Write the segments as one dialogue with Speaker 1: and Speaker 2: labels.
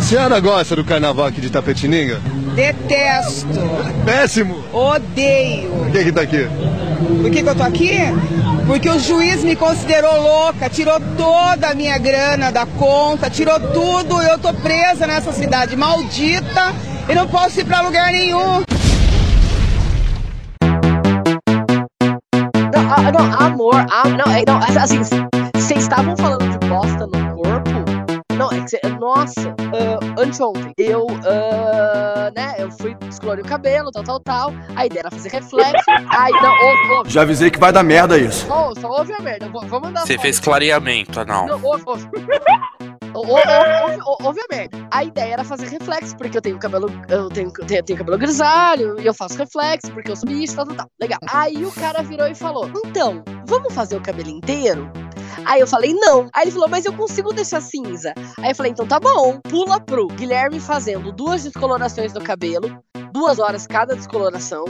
Speaker 1: senhora gosta do carnaval aqui de Tapetininga?
Speaker 2: Detesto.
Speaker 1: Péssimo!
Speaker 2: Odeio.
Speaker 1: Por que que tá aqui?
Speaker 2: Por que, que eu tô aqui? Porque o juiz me considerou louca, tirou toda a minha grana da conta, tirou tudo. Eu tô presa nessa cidade maldita e não posso ir pra lugar nenhum.
Speaker 3: Não, ah, não, amor, ah, não, é, não, é, assim, vocês estavam falando de bosta no corpo? Não, é que cê- nossa, ah, anteontem, eu, ah, né, eu fui descolorir o cabelo, tal, tal, tal, a ideia era fazer reflexo, aí, não, ouve, ouve,
Speaker 4: Já avisei que vai dar merda isso.
Speaker 3: só, só ouve a merda, vou, vou mandar
Speaker 5: Você
Speaker 3: foto.
Speaker 5: fez clareamento, anal.
Speaker 3: Tá Não, ouve, ouve. Ou- ou- ouve- ou- ouve a merda. A ideia era fazer reflexo, porque eu tenho cabelo. Eu tenho, tenho, tenho cabelo grisalho, e eu faço reflexo, porque eu sou bicho, tal, tal, tal. Legal. Aí o cara virou e falou: Então, vamos fazer o cabelo inteiro? Aí eu falei, não. Aí ele falou, mas eu consigo deixar cinza. Aí eu falei, então tá bom. Pula pro Guilherme fazendo duas descolorações do cabelo, duas horas cada descoloração.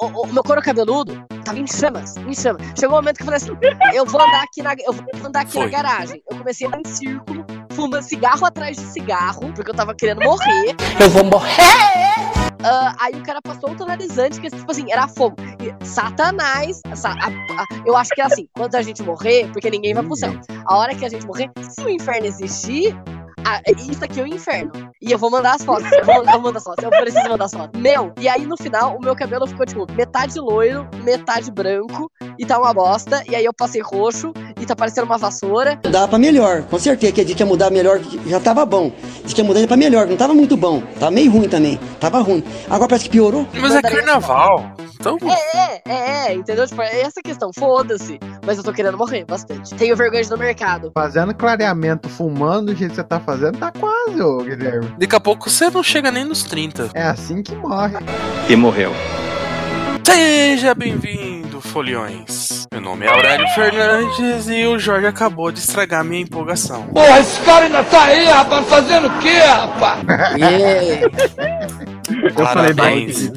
Speaker 3: O, o- o meu couro cabeludo tava em chamas, em chamas. Chegou um momento que eu falei assim, eu vou andar aqui na, eu vou andar aqui na
Speaker 5: Foi.
Speaker 3: garagem. Eu comecei a andar em círculo, fumando cigarro atrás de cigarro, porque eu tava querendo morrer.
Speaker 6: Eu vou morrer.
Speaker 3: Ah, aí o cara passou um tonalizante, que tipo assim, era fogo. E Satanás. sa- a- a- eu acho que é assim, quando a gente morrer, porque ninguém vai pro céu. A hora que a gente morrer, se o inferno existir. ah, isso aqui é o inferno. E eu vou mandar as fotos. Eu vou, eu mando as fotos. Eu preciso mandar as fotos. Meu, e aí no final, o meu cabelo ficou, tipo, metade loiro, metade branco. E tá uma bosta. E aí eu passei roxo. E tá parecendo uma vassoura.
Speaker 7: Dá pra melhor, com certeza. Que a gente ia mudar melhor, que já tava bom. Diz que ia mudar pra melhor, não tava muito bom. Tava meio ruim também. Tava ruim. Agora parece que piorou.
Speaker 5: Mas é carnaval. Então,
Speaker 3: É, é, é, entendeu? Tipo, é essa questão. Foda-se. Mas eu tô querendo morrer bastante. Tenho vergonha do mercado.
Speaker 8: Fazendo clareamento, fumando do jeito que você tá fazendo, tá quase, ô Guilherme.
Speaker 5: daqui a pouco você não chega nem nos 30.
Speaker 8: É assim que morre.
Speaker 4: E morreu.
Speaker 5: Seja bem-vindo, foliões. Meu nome é Aurélio Fernandes e o Jorge acabou de estragar minha empolgação.
Speaker 6: Porra, esse cara ainda tá aí, rapaz, fazendo o quê, rapaz?
Speaker 3: É.
Speaker 8: Eu falei pra
Speaker 5: Parabéns.
Speaker 8: ele.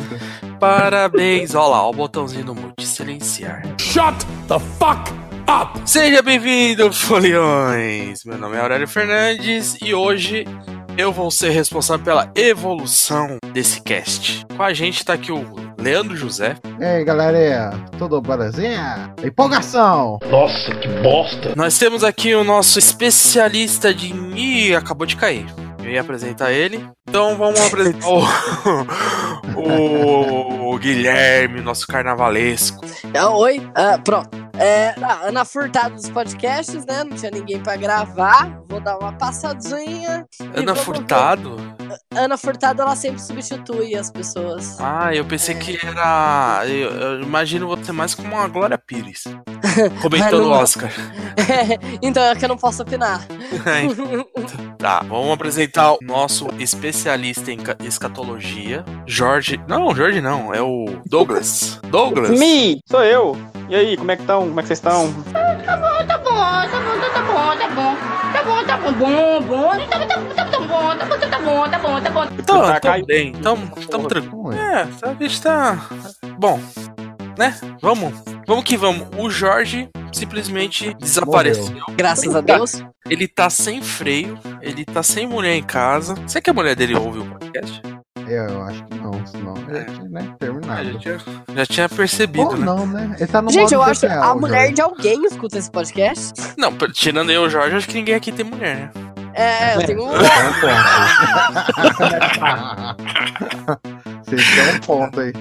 Speaker 5: Parabéns, olha lá, ó o botãozinho do mute, silenciar. Shut the fuck up! Seja bem-vindo, foliões! Meu nome é Aurélio Fernandes e hoje eu vou ser responsável pela evolução desse cast. Com a gente tá aqui o Leandro José,
Speaker 8: E aí, galera, é, tudo belezinha? Empolgação!
Speaker 5: Nós temos aqui o nosso especialista de. Ih, acabou de cair. Eu ia apresentar ele. Então vamos apresentar o. o Guilherme, nosso carnavalesco.
Speaker 3: Ah, oi, Ah, pronto. É, ah, Ana Furtado dos podcasts, né? Não tinha ninguém pra gravar. Vou dar uma passadinha. E
Speaker 5: Ana
Speaker 3: vamos
Speaker 5: Furtado?
Speaker 3: ver. Ana Furtado, ela sempre substitui as pessoas.
Speaker 5: Ah, eu pensei que era. Eu, eu imagino você mais como uma Glória Pires. Comentando o
Speaker 3: não dá.
Speaker 5: Oscar.
Speaker 3: então é que eu não posso opinar.
Speaker 5: tá, vamos apresentar o nosso especialista em ca- escatologia, Jorge. Não, Jorge não, é o Douglas. Douglas!
Speaker 9: Me, sou eu. E aí, como é que estão? Como é que vocês estão?
Speaker 10: Tá bom, tá bom, tá bom, tá bom. Tá bom, tá bom, bom, bom. Tá bom, tá bom, tá bom, tá bom, tá bom, tá bom, tá bom.
Speaker 5: Então,
Speaker 9: Tá
Speaker 5: tamo
Speaker 9: caindo.
Speaker 5: bem, tamo, tamo tranquilo. É, a gente tá. Bom, né? Vamos. Vamos que vamos. O Jorge simplesmente desapareceu.
Speaker 3: Graças a Deus.
Speaker 5: Ele tá sem freio. Ele tá sem mulher em casa. Será que a mulher dele ouve o podcast?
Speaker 8: É, Eu acho que não, senão já tinha né,
Speaker 5: Ah,
Speaker 8: terminado.
Speaker 5: já, tinha, já tinha percebido,
Speaker 8: Ou
Speaker 5: né?
Speaker 8: não, né? Ele tá no
Speaker 3: Gente,
Speaker 8: modo
Speaker 3: eu acho que
Speaker 8: social,
Speaker 3: a mulher
Speaker 8: Jorge.
Speaker 3: de alguém escuta esse podcast.
Speaker 5: Não, per- tirando eu e o Jorge, acho que ninguém aqui tem mulher, né?
Speaker 3: É, eu tenho um.
Speaker 8: Tem um ponto. Vocês têm um ponto aí.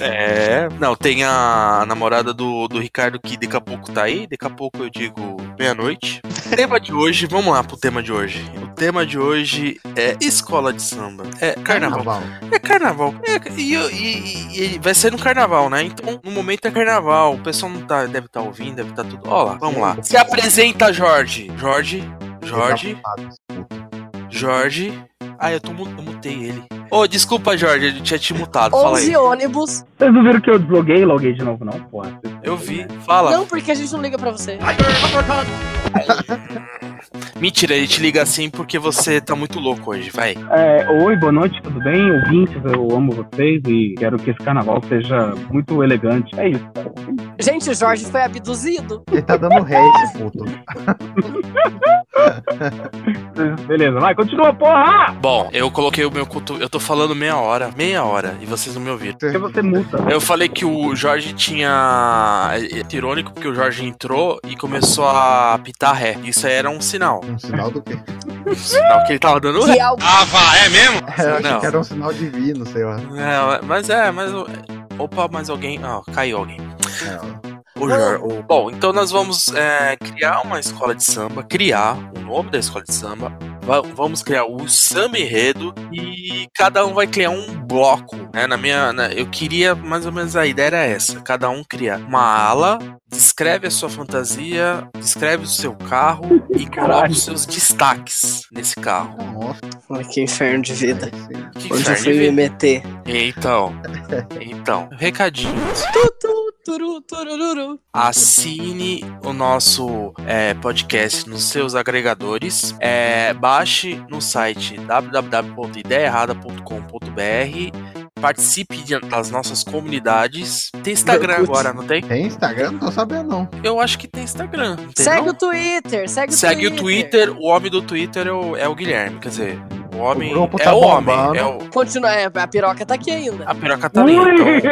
Speaker 5: É. Não, tem a namorada do, do Ricardo que daqui a pouco tá aí, daqui a pouco eu digo meia-noite. tema de hoje, vamos lá pro tema de hoje. O tema de hoje é escola de samba. É
Speaker 8: Tá
Speaker 5: carnaval. É carnaval. É, e, e- e- e vai ser no carnaval, né? Então, no momento é carnaval. O pessoal não tá, deve estar ouvindo, deve estar tudo. Ó lá, vamos lá. Se apresenta, Jorge. Jorge. Jorge. Jorge. Ah, eu, tô, mu- eu mutei ele. Ô, desculpa, Jorge, eu tinha te mutado. Fala aí.
Speaker 3: 11 ônibus.
Speaker 9: Vocês não viram que eu desloguei e loguei de novo, não? Porra.
Speaker 5: Eu vi. Fala.
Speaker 3: Não, porque a gente não liga pra você.
Speaker 5: Mentira, ele te liga assim porque você tá muito louco hoje, vai.
Speaker 9: É, oi, boa noite, tudo bem? Ouvintes, eu amo vocês e quero que esse carnaval seja muito elegante. É isso.
Speaker 3: Gente, o Jorge foi abduzido.
Speaker 8: Ele tá dando ré esse puto.
Speaker 9: é, Beleza, vai, continua, porra!
Speaker 5: Bom, eu coloquei o meu cotovelo. Eu tô falando meia hora, meia hora, e vocês não me ouviram.
Speaker 9: Porque você é multa.
Speaker 5: Eu falei que o Jorge tinha. É irônico porque o Jorge entrou e começou a pitar ré. Isso aí era um sinal.
Speaker 8: Um sinal do quê?
Speaker 5: Um sinal que ele tava dando ré.
Speaker 3: Que algo...
Speaker 5: Ah, vá, é mesmo?
Speaker 8: Eu achei
Speaker 5: Não.
Speaker 8: que era um sinal divino, sei lá.
Speaker 5: É, mas é, mas. o- Opa, mais alguém. Ah, caiu alguém.
Speaker 8: É,
Speaker 5: O Jor- o- Bom, então nós vamos é, criar uma escola de samba, criar o nome da escola de samba, va- vamos criar o samba enredo e cada um vai criar um bloco, né? Na minha, na- eu queria mais ou menos a ideia era essa: cada um cria uma ala, descreve a sua fantasia, descreve o seu carro e coloca
Speaker 9: Caralho.
Speaker 5: os seus destaques nesse carro.
Speaker 8: nossa,
Speaker 3: Ai, que inferno de vida.
Speaker 8: sim.
Speaker 5: Que
Speaker 3: Onde eu
Speaker 5: inferno,
Speaker 3: fui me
Speaker 7: né?
Speaker 5: hein?
Speaker 3: meter.
Speaker 5: Então, então, recadinhos.
Speaker 3: Turu, turururu.
Speaker 5: Assine o nosso é, podcast nos seus agregadores. É, baixe no site www.ideaerrada.com.br. Participe de- das nossas comunidades. Tem Instagram
Speaker 3: Meu Deus.
Speaker 5: agora, não tem?
Speaker 8: Tem Instagram? Não tô sabendo, não.
Speaker 5: Eu acho que tem Instagram. não tem,
Speaker 3: Segue
Speaker 5: não?
Speaker 3: o Twitter, segue o
Speaker 5: Segue o
Speaker 3: Twitter.
Speaker 5: Twitter. O homem do Twitter é o, é o Guilherme. Quer dizer, o homem.
Speaker 8: O grupo
Speaker 5: é
Speaker 8: tá
Speaker 5: o homem.
Speaker 8: bombando.
Speaker 5: É o,
Speaker 3: Continua, é, a piroca tá aqui ainda.
Speaker 5: a piroca tá ali. Então,
Speaker 9: Ui!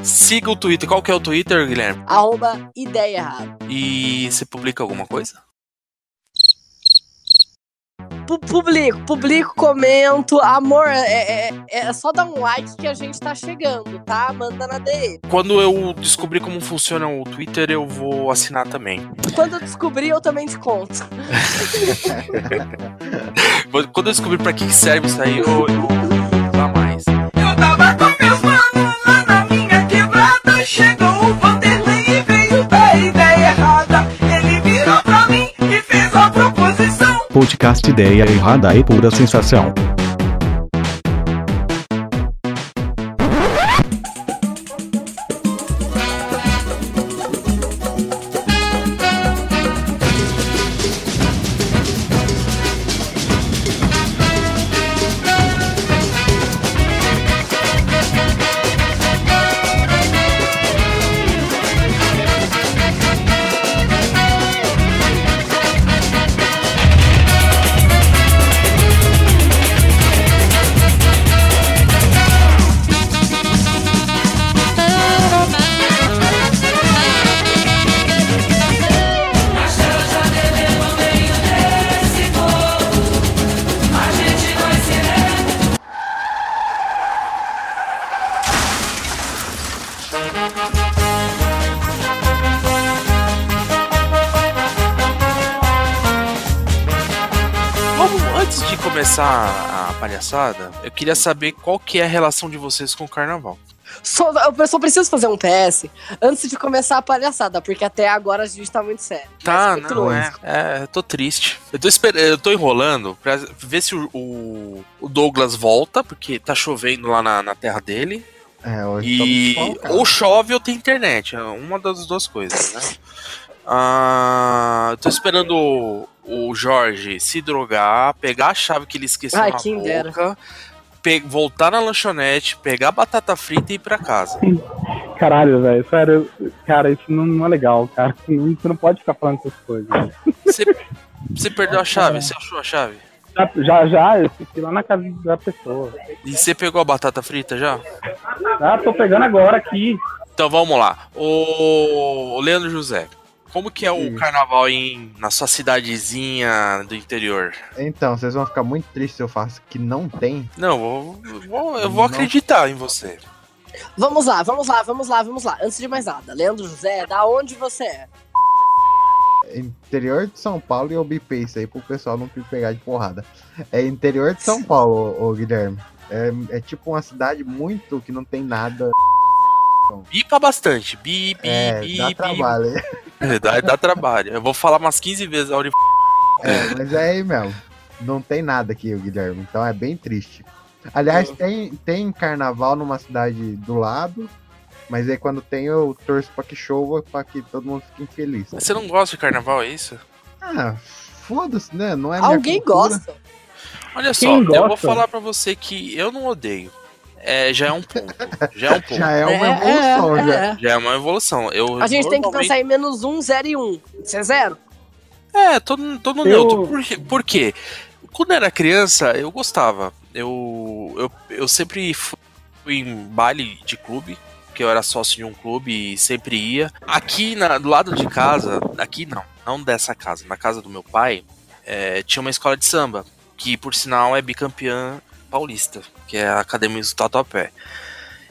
Speaker 5: siga o Twitter. Qual que é o Twitter, Guilherme?
Speaker 3: Arroba ideia errada.
Speaker 5: E você publica alguma coisa?
Speaker 3: Pu- Publico, publico, comento. Amor, é, é- é só dar um like que a gente tá chegando, tá? Manda na DM.
Speaker 5: Quando eu descobrir como funciona o Twitter, eu vou assinar também.
Speaker 3: Quando eu descobrir, eu também te conto.
Speaker 5: Vou- Quando eu descobrir pra que que serve isso aí, eu eu vou usar mais.
Speaker 6: Eu tava com meus manos lá na minha quebrada. Chegou o Vanderlei e veio da ideia errada. Ele virou pra mim e fez a proposição.
Speaker 11: Podcast Ideia Errada e Pura Sensação.
Speaker 5: Vamos, antes de começar a palhaçada, eu queria saber qual que é a relação de vocês com o carnaval.
Speaker 3: Só, eu só preciso fazer um PS antes de começar a palhaçada, porque até agora a gente tá muito sério.
Speaker 5: Tá,
Speaker 3: Mas
Speaker 5: não é.
Speaker 3: trouxe.
Speaker 5: É, eu tô triste. Eu tô, esper- eu tô enrolando pra ver se o, o- o Douglas volta, porque tá chovendo lá na, na terra dele.
Speaker 8: É, hoje tá
Speaker 5: E
Speaker 8: muito bom, cara.
Speaker 5: ou chove ou tem internet. é Uma das duas coisas, né? Ah, tô esperando o, o Jorge se drogar, pegar a chave que ele esqueceu
Speaker 3: Ai,
Speaker 5: na
Speaker 3: quem
Speaker 5: boca,
Speaker 3: dera.
Speaker 5: pe- voltar na lanchonete, pegar a batata frita e ir pra casa.
Speaker 9: Caralho, velho, sério, cara, isso não, não é legal, cara. Não- Você não pode ficar falando essas coisas.
Speaker 5: Você, você perdeu a chave? Você achou a chave?
Speaker 9: Já, já, já, eu fiquei lá na casa da pessoa.
Speaker 5: E você pegou a batata frita já?
Speaker 9: Ah, tô pegando agora aqui.
Speaker 5: Então vamos lá. O, o Leandro José, como que é o
Speaker 8: Hum.
Speaker 5: carnaval em, na sua cidadezinha do interior?
Speaker 8: Então, vocês vão ficar muito tristes se eu faço que não tem.
Speaker 5: Não, eu vou, eu vou
Speaker 8: Não.
Speaker 5: acreditar em você.
Speaker 3: Vamos lá, vamos lá, vamos lá, vamos lá. Antes de mais nada, Leandro José, da onde você é?
Speaker 8: Interior de São Paulo e eu bipei isso aí pro pessoal não me pegar de porrada. É interior de São Paulo, ô, ô, Guilherme. É, é tipo uma cidade muito que não tem nada.
Speaker 5: Bipa bastante. Bi, bi,
Speaker 8: É,
Speaker 5: bi,
Speaker 8: dá
Speaker 5: bi.
Speaker 8: trabalho.
Speaker 5: É, dá, dá trabalho. Eu vou falar umas 15 vezes a hora e-
Speaker 8: É, mas é aí mesmo. Não tem nada aqui, o Guilherme. Então é bem triste. Aliás, tem, tem carnaval numa cidade do lado, mas aí quando tem eu torço pra que chova, pra que todo mundo fique infeliz.
Speaker 5: Você não gosta de carnaval, é isso?
Speaker 8: Ah, foda-se, né? Não é minha
Speaker 3: Alguém
Speaker 8: cultura.
Speaker 3: gosta.
Speaker 5: Olha só,
Speaker 8: Quem
Speaker 5: eu vou
Speaker 8: gosta?
Speaker 5: falar pra você que eu não odeio. É, já é um ponto. Já é um ponto.
Speaker 8: Já é uma
Speaker 3: É,
Speaker 8: evolução,
Speaker 3: é,
Speaker 8: já.
Speaker 3: é.
Speaker 5: Já é uma evolução. Eu,
Speaker 3: A gente tem que
Speaker 5: normalmente-
Speaker 3: pensar em menos um, zero e um. Isso é zero?
Speaker 5: É, tô, no- tô no
Speaker 3: Eu-
Speaker 5: neutro. Por, quê- por quê? Quando era criança, eu gostava. Eu, eu, eu sempre fui em baile de clube, porque eu era sócio de um clube e sempre ia. Aqui na- do lado de casa, aqui não, não dessa casa, na casa do meu pai, é, tinha uma escola de samba, que por sinal é bicampeã paulista, que é a Academia do Tatuapé.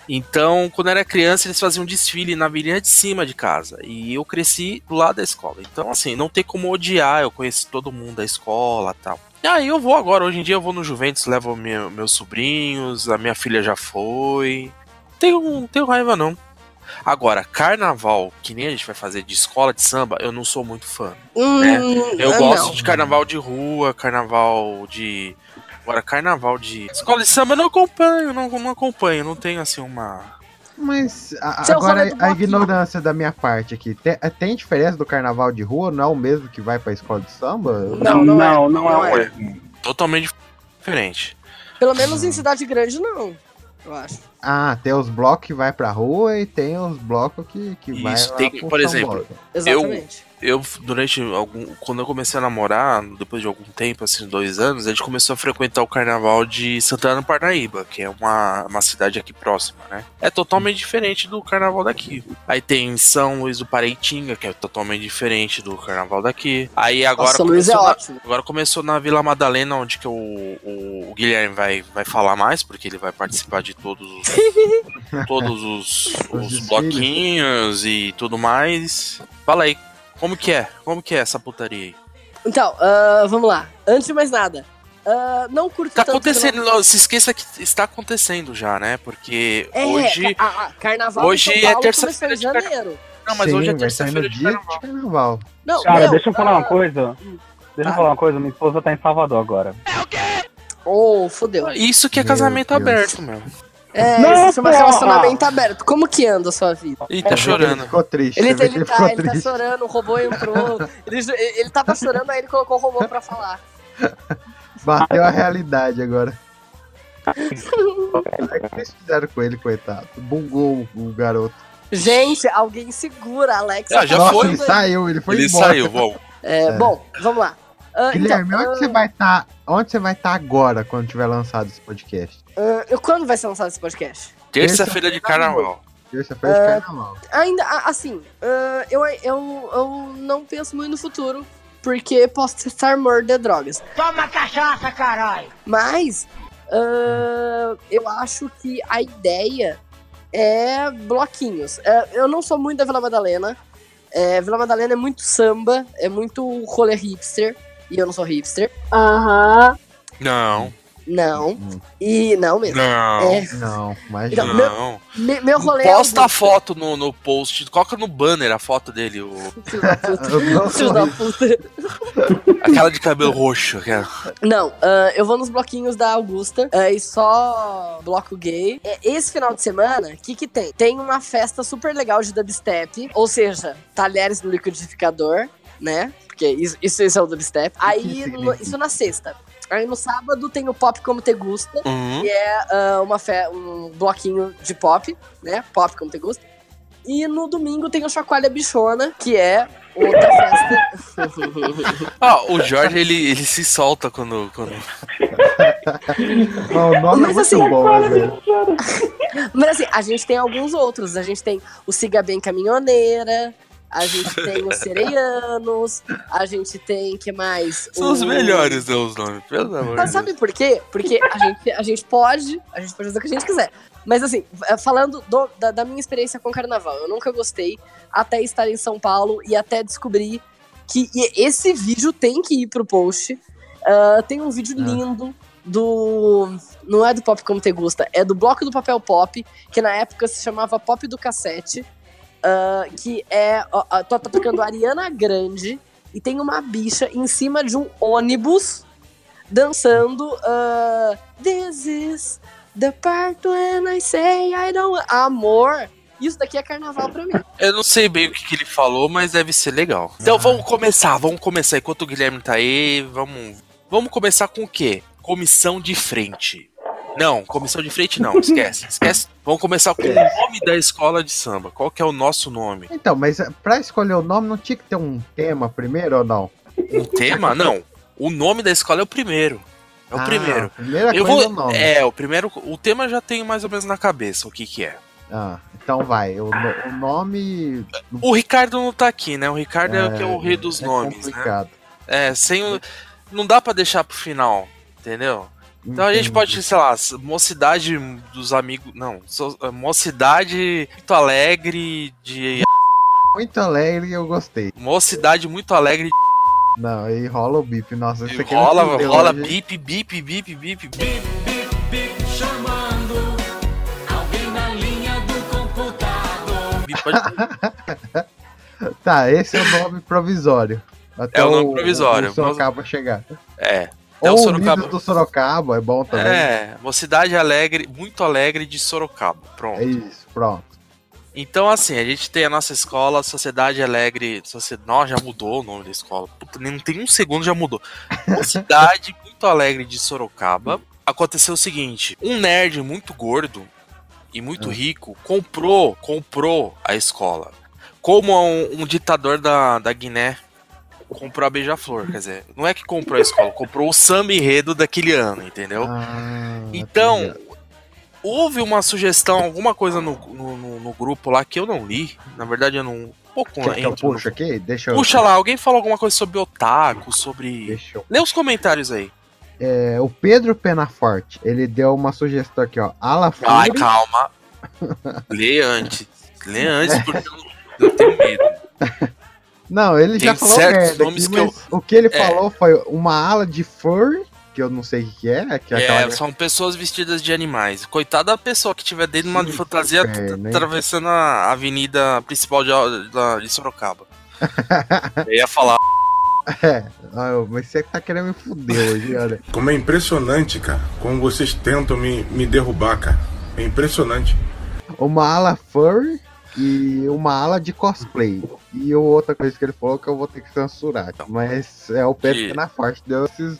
Speaker 5: Então, quando eu era criança, eles faziam desfile na vilinha de cima de casa. E eu cresci do lado da escola. Então, assim, não tem como odiar. Eu conheci todo mundo da escola tal. E aí eu vou agora. Hoje em dia eu vou no Juventus, levo meu- meus sobrinhos, a minha filha já foi. Tenho, tenho raiva, não. Agora, carnaval, que nem a gente vai fazer de escola de samba, eu não sou muito fã.
Speaker 3: Hum,
Speaker 5: né? Eu
Speaker 3: ah,
Speaker 5: gosto
Speaker 3: não.
Speaker 5: de carnaval de rua, carnaval de. Agora, carnaval de. Escola de samba eu não acompanho, não, não acompanho, não tenho assim uma.
Speaker 8: Mas a-
Speaker 5: Seu
Speaker 8: agora
Speaker 3: é
Speaker 5: rolê do
Speaker 8: a
Speaker 5: bloquinho.
Speaker 8: ignorância da minha parte aqui. Tem, tem diferença do carnaval de rua? Não é o mesmo que vai pra escola de samba?
Speaker 3: Não, não é. Não, não
Speaker 8: um
Speaker 9: um
Speaker 3: é. Não é.
Speaker 5: Totalmente diferente.
Speaker 3: Pelo menos em cidade grande, não. Eu acho.
Speaker 8: Ah, tem os blocos que vai pra rua e tem os blocos que, que vai
Speaker 5: Isso,
Speaker 8: lá
Speaker 5: tem
Speaker 8: pro
Speaker 5: que, por exemplo,
Speaker 8: sambódromo.
Speaker 5: eu, eu durante algum. Quando eu comecei a namorar, depois de algum tempo, assim, dois anos, a gente começou a frequentar o carnaval de Santana do Parnaíba, que é uma, uma cidade aqui próxima, né? É totalmente diferente do carnaval daqui. Aí tem São Luís do Paraitinga, que é totalmente diferente do carnaval daqui. Aí agora.
Speaker 3: São Luís é
Speaker 5: começou na-
Speaker 3: ótimo.
Speaker 5: Agora começou na Vila Madalena, onde que o, o, o Guilherme vai, vai falar mais, porque ele vai participar de todos os todos os, os bloquinhos e tudo mais. Fala aí, como que é? Como que é essa putaria aí?
Speaker 3: Então, ah, vamos lá. Antes de mais nada, ah, não curto
Speaker 5: Tá
Speaker 3: tanto
Speaker 5: acontecendo,
Speaker 3: carnaval.
Speaker 5: não, se esqueça que está acontecendo já, né? Porque
Speaker 3: É,
Speaker 5: hoje.
Speaker 3: ca- a- a- carnaval
Speaker 5: hoje
Speaker 3: em São
Speaker 5: é
Speaker 3: Paulo
Speaker 5: terça-feira
Speaker 3: começou em janeiro.
Speaker 5: Não, mas
Speaker 8: Sim,
Speaker 5: hoje é
Speaker 8: vai sair no
Speaker 5: terça-feira de
Speaker 8: dia
Speaker 5: carnaval. Tá
Speaker 8: de carnaval.
Speaker 3: Não,
Speaker 9: Cara,
Speaker 3: não,
Speaker 9: deixa eu falar
Speaker 3: ah,
Speaker 9: uma coisa. Deixa eu falar uma coisa, minha esposa tá em Salvador agora.
Speaker 3: Ô, fodeu.
Speaker 5: Isso que é casamento aberto, meu.
Speaker 3: É,
Speaker 9: Não,
Speaker 3: isso chama
Speaker 9: porra!
Speaker 3: relacionamento aberto. Como que anda a sua vida?
Speaker 5: Ih, tá chorando.
Speaker 8: Ficou triste.
Speaker 3: Ele,
Speaker 8: você vê
Speaker 3: ele,
Speaker 8: que ele ficou
Speaker 3: tá, ele tá
Speaker 8: triste.
Speaker 3: chorando, o robô entrou. Ele, ele tava chorando, aí ele colocou o robô pra falar.
Speaker 8: Bateu a realidade agora. O que vocês fizeram com ele, coitado? Bugou o o garoto.
Speaker 3: Gente, alguém segura, Alex. Tá
Speaker 8: Ah, já Nossa, foi. ele saiu, ele foi
Speaker 5: Ele
Speaker 8: embora.
Speaker 5: saiu, bom.
Speaker 3: É,
Speaker 8: É.
Speaker 3: Bom, vamos lá. Ah,
Speaker 8: Guilherme,
Speaker 3: então,
Speaker 8: onde você vai estar? Onde você vai estar agora quando tiver lançado esse podcast?
Speaker 3: ah, ah, quando vai ser lançado esse podcast?
Speaker 5: Terça-feira de carnaval.
Speaker 8: Terça-feira de
Speaker 3: Ah,
Speaker 8: carnaval.
Speaker 3: Ainda, a- assim, ah, eu, eu, eu não penso muito no futuro, porque posso estar morto de drogas.
Speaker 6: Toma cachaça, caralho!
Speaker 3: Mas ah, eu acho que a ideia é bloquinhos. Ah, eu não sou muito da Vila Madalena. É, Vila Madalena é muito samba, é muito rolê hipster. E eu não sou hipster. Aham.
Speaker 5: Não.
Speaker 3: Não. E não mesmo.
Speaker 5: Não.
Speaker 3: É.
Speaker 8: Não, mas
Speaker 3: Então, meu-
Speaker 5: não.
Speaker 3: Me- meu rolê é
Speaker 5: Posta a foto no, no post, coloca no banner a foto dele, o-
Speaker 3: Filho da puta.
Speaker 5: aquela de cabelo roxo. é, aquela.
Speaker 3: Não, ah, eu vou nos bloquinhos da Augusta ah, e só bloco gay. É, Esse final de semana, o que, que tem? Tem uma festa super legal de dubstep, ou seja, talheres no liquidificador, né? Porque isso, isso, isso é o dubstep. Aí, no-
Speaker 6: significa?
Speaker 3: isso na sexta. Aí no sábado tem o Pop Como Te Gusta,
Speaker 6: Uhum.
Speaker 5: hum.
Speaker 3: que é ah, uma fe- um bloquinho de pop, né? Pop Como Te Gusta. E no domingo tem o Chacoalha Bichona, que é outra festa.
Speaker 5: Ah, o Jorge ele, ele se solta quando. quando...
Speaker 8: Não, o nome é
Speaker 3: Mas
Speaker 8: muito
Speaker 3: assim,
Speaker 8: bom, né, velho?
Speaker 3: Mas assim, a gente tem alguns outros. A gente tem o Siga Bem Caminhoneira, a gente tem os Sereianos, a gente tem, que mais?
Speaker 5: São os
Speaker 3: O-
Speaker 5: melhores né, os nomes, pelo amor de
Speaker 3: Mas
Speaker 5: Deus.
Speaker 3: sabe por quê? Porque a gente, a gente pode, a gente pode fazer o que a gente quiser. Mas assim, eh, falando do- da, da minha experiência com carnaval, eu nunca gostei até estar em São Paulo e até descobrir que e esse vídeo tem que ir pro post. Ah, tem um vídeo lindo do. Não é do Pop Como Te Gusta, é do Bloco do Papel Pop, que na época se chamava Pop do Cassete. ah, que é. Ó, ó, tá tocando Ariana Grande e tem uma bicha em cima de um ônibus dançando ah, This is the part when I say I don't... Amor, Isso daqui é carnaval pra mim.
Speaker 5: Eu não sei bem o que, que ele falou, mas deve ser legal. Então vamos começar, vamos começar. Enquanto o Guilherme tá aí, vamos. Vamos começar com o quê? Comissão de frente. Não, comissão de frente não, esquece, esquece. Vamos começar com o nome da escola de samba. Qual que é o nosso nome?
Speaker 8: Então, mas eh, pra escolher o nome não tinha que ter um tema primeiro ou não?
Speaker 5: O Um tema? Não. O nome da escola é o primeiro. É o
Speaker 8: Ah,
Speaker 5: primeiro.
Speaker 8: a primeira
Speaker 5: Eu
Speaker 8: coisa
Speaker 5: vou.
Speaker 8: é o nome.
Speaker 5: É, o primeiro. O tema eu já tenho mais ou menos na cabeça o que que é.
Speaker 8: Ah, então vai. O, no- o nome.
Speaker 5: O Ricardo não tá aqui, né? O Ricardo é, o que é o
Speaker 8: É,
Speaker 5: rei dos
Speaker 8: é
Speaker 5: nomes,
Speaker 8: complicado.
Speaker 5: né? É, sem o. Não dá pra deixar pro final, entendeu? Então a gente pode, sei lá, s- mocidade dos amigos. Não, so- mocidade muito alegre de.
Speaker 8: Muito alegre eu gostei.
Speaker 5: Mocidade muito alegre de.
Speaker 8: Não, aí rola o bip. Nossa, isso aqui
Speaker 5: Rola,
Speaker 8: não deu
Speaker 5: rola,
Speaker 8: hoje.
Speaker 5: bip, bip, bip, bip, bip.
Speaker 6: Chamando alguém na linha do computador.
Speaker 8: Tá, esse é o nome provisório. Até
Speaker 5: É o nome provisório.
Speaker 8: O Sorocaba chegar.
Speaker 5: É. Até
Speaker 8: Ou
Speaker 5: o
Speaker 8: o livro
Speaker 5: Sorocaba.
Speaker 8: do Sorocaba é bom também.
Speaker 5: É, mocidade alegre, muito alegre de Sorocaba. Pronto.
Speaker 8: É isso, pronto.
Speaker 5: Então, assim, a gente tem a nossa escola, Sociedade é Alegre. Socie... Nossa, já mudou o nome da escola. Puta, nem tem um segundo, já mudou. Sociedade Muito Alegre de Sorocaba. Aconteceu o seguinte: um nerd muito gordo e muito rico comprou, comprou a escola. Como um, um ditador da, da Guiné comprou a Beija-Flor, quer dizer, não é que comprou a escola, comprou o samba enredo daquele ano, entendeu?
Speaker 8: Ah,
Speaker 5: então, houve uma sugestão, alguma coisa no, no, no- no grupo lá que eu não li. Na verdade, eu não. Um pouco
Speaker 8: Quer que eu
Speaker 5: entro no-
Speaker 8: puxo aqui? Deixa eu.
Speaker 5: Puxa lá, alguém falou alguma coisa sobre otaku, sobre. Lê os comentários aí.
Speaker 8: É, o Pedro Penaforte, ele deu uma sugestão aqui, ó. Alafuri.
Speaker 5: Ai, calma. Lê antes. Lê antes, porque eu, não- eu tenho medo.
Speaker 8: Não, ele
Speaker 5: Tem
Speaker 8: já falou
Speaker 5: certos
Speaker 8: merda
Speaker 5: nomes
Speaker 8: aqui,
Speaker 5: que É.
Speaker 8: mas o que ele falou foi uma ala de furry, que eu não sei o que que é, que é,
Speaker 5: É,
Speaker 8: aquela...
Speaker 5: são pessoas vestidas de animais. Coitada da pessoa que tiver dentro de uma fantasia
Speaker 8: inferno,
Speaker 5: at-
Speaker 8: hein?
Speaker 5: atravessando a avenida principal de, da- de Sorocaba. Eu ia falar.
Speaker 8: É, ah, mas você tá querendo me fuder hoje, olha.
Speaker 12: Como é impressionante, cara. Como vocês tentam me, me derrubar, cara. É impressionante.
Speaker 8: Uma ala furry e uma ala de cosplay. E outra coisa que ele falou que eu vou ter que censurar. Mas é o Pedro
Speaker 12: Que-
Speaker 8: Penaforte, deu esses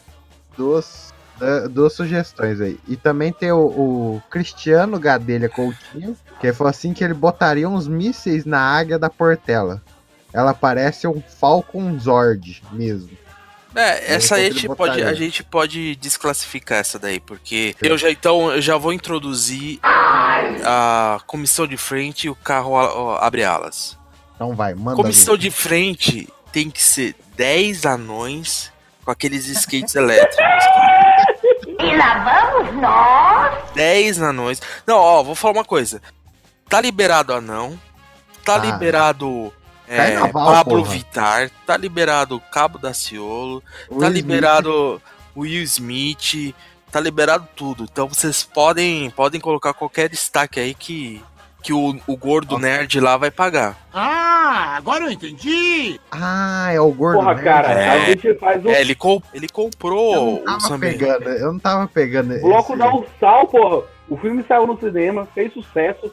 Speaker 8: duas, da- duas sugestões aí. E também tem o, o Cristiano Gadelha Coutinho, que falou assim que ele botaria uns mísseis na águia da Portela. Ela parece um Falcon Zord mesmo.
Speaker 5: É, essa aí a gente,
Speaker 8: consigo
Speaker 5: pode,
Speaker 8: botar
Speaker 5: a
Speaker 8: ele.
Speaker 5: gente pode desclassificar essa daí, porque eu já então eu já vou introduzir a comissão de frente e o carro a- ó, abre alas.
Speaker 8: Então vai, manda.
Speaker 5: Comissão
Speaker 8: Comissão...
Speaker 5: de frente tem que ser 10 anões com aqueles skates elétricos.
Speaker 10: E lá vamos nós.
Speaker 5: 10 anões. Não, ó, vou falar uma coisa. Tá liberado anão, tá
Speaker 8: Ah.
Speaker 5: liberado é,
Speaker 8: Carnaval,
Speaker 5: Pablo
Speaker 8: porra.
Speaker 5: Vittar, tá liberado Cabo Daciolo,
Speaker 8: Will
Speaker 5: tá
Speaker 8: Smith.
Speaker 5: liberado Will Smith, tá liberado tudo. Então vocês podem podem colocar qualquer destaque aí que que o, o gordo nerd lá vai pagar.
Speaker 6: Ah, agora eu entendi.
Speaker 8: Ah, é o gordo. né?
Speaker 5: faz o... É, ele, com- ele comprou o
Speaker 8: tava
Speaker 5: samba.
Speaker 8: pegando, eu não tava pegando.
Speaker 13: O Bloco
Speaker 8: esse-
Speaker 13: da Ursal, porra. O filme saiu no cinema, fez sucesso.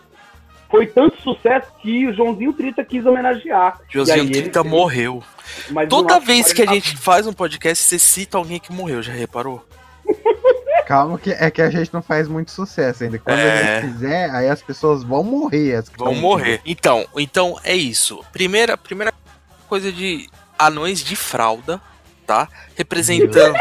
Speaker 13: Foi tanto sucesso que o Joãozinho Trita quis homenagear. E
Speaker 5: Josinho
Speaker 13: aí ele
Speaker 5: 30
Speaker 13: fez-
Speaker 5: morreu.
Speaker 13: Mas o
Speaker 5: Toda
Speaker 13: nosso
Speaker 5: vez
Speaker 13: cara
Speaker 5: que a
Speaker 13: tá-
Speaker 5: gente faz um podcast, você cita alguém que morreu, já reparou?
Speaker 8: Calma que é que a gente não faz muito sucesso ainda. Quando
Speaker 5: É.
Speaker 8: a gente fizer, aí as pessoas vão morrer. As que
Speaker 5: Vão
Speaker 8: tão-
Speaker 5: morrer. Então, então é isso. Primeira, primeira coisa de anões de fralda, tá? Representando,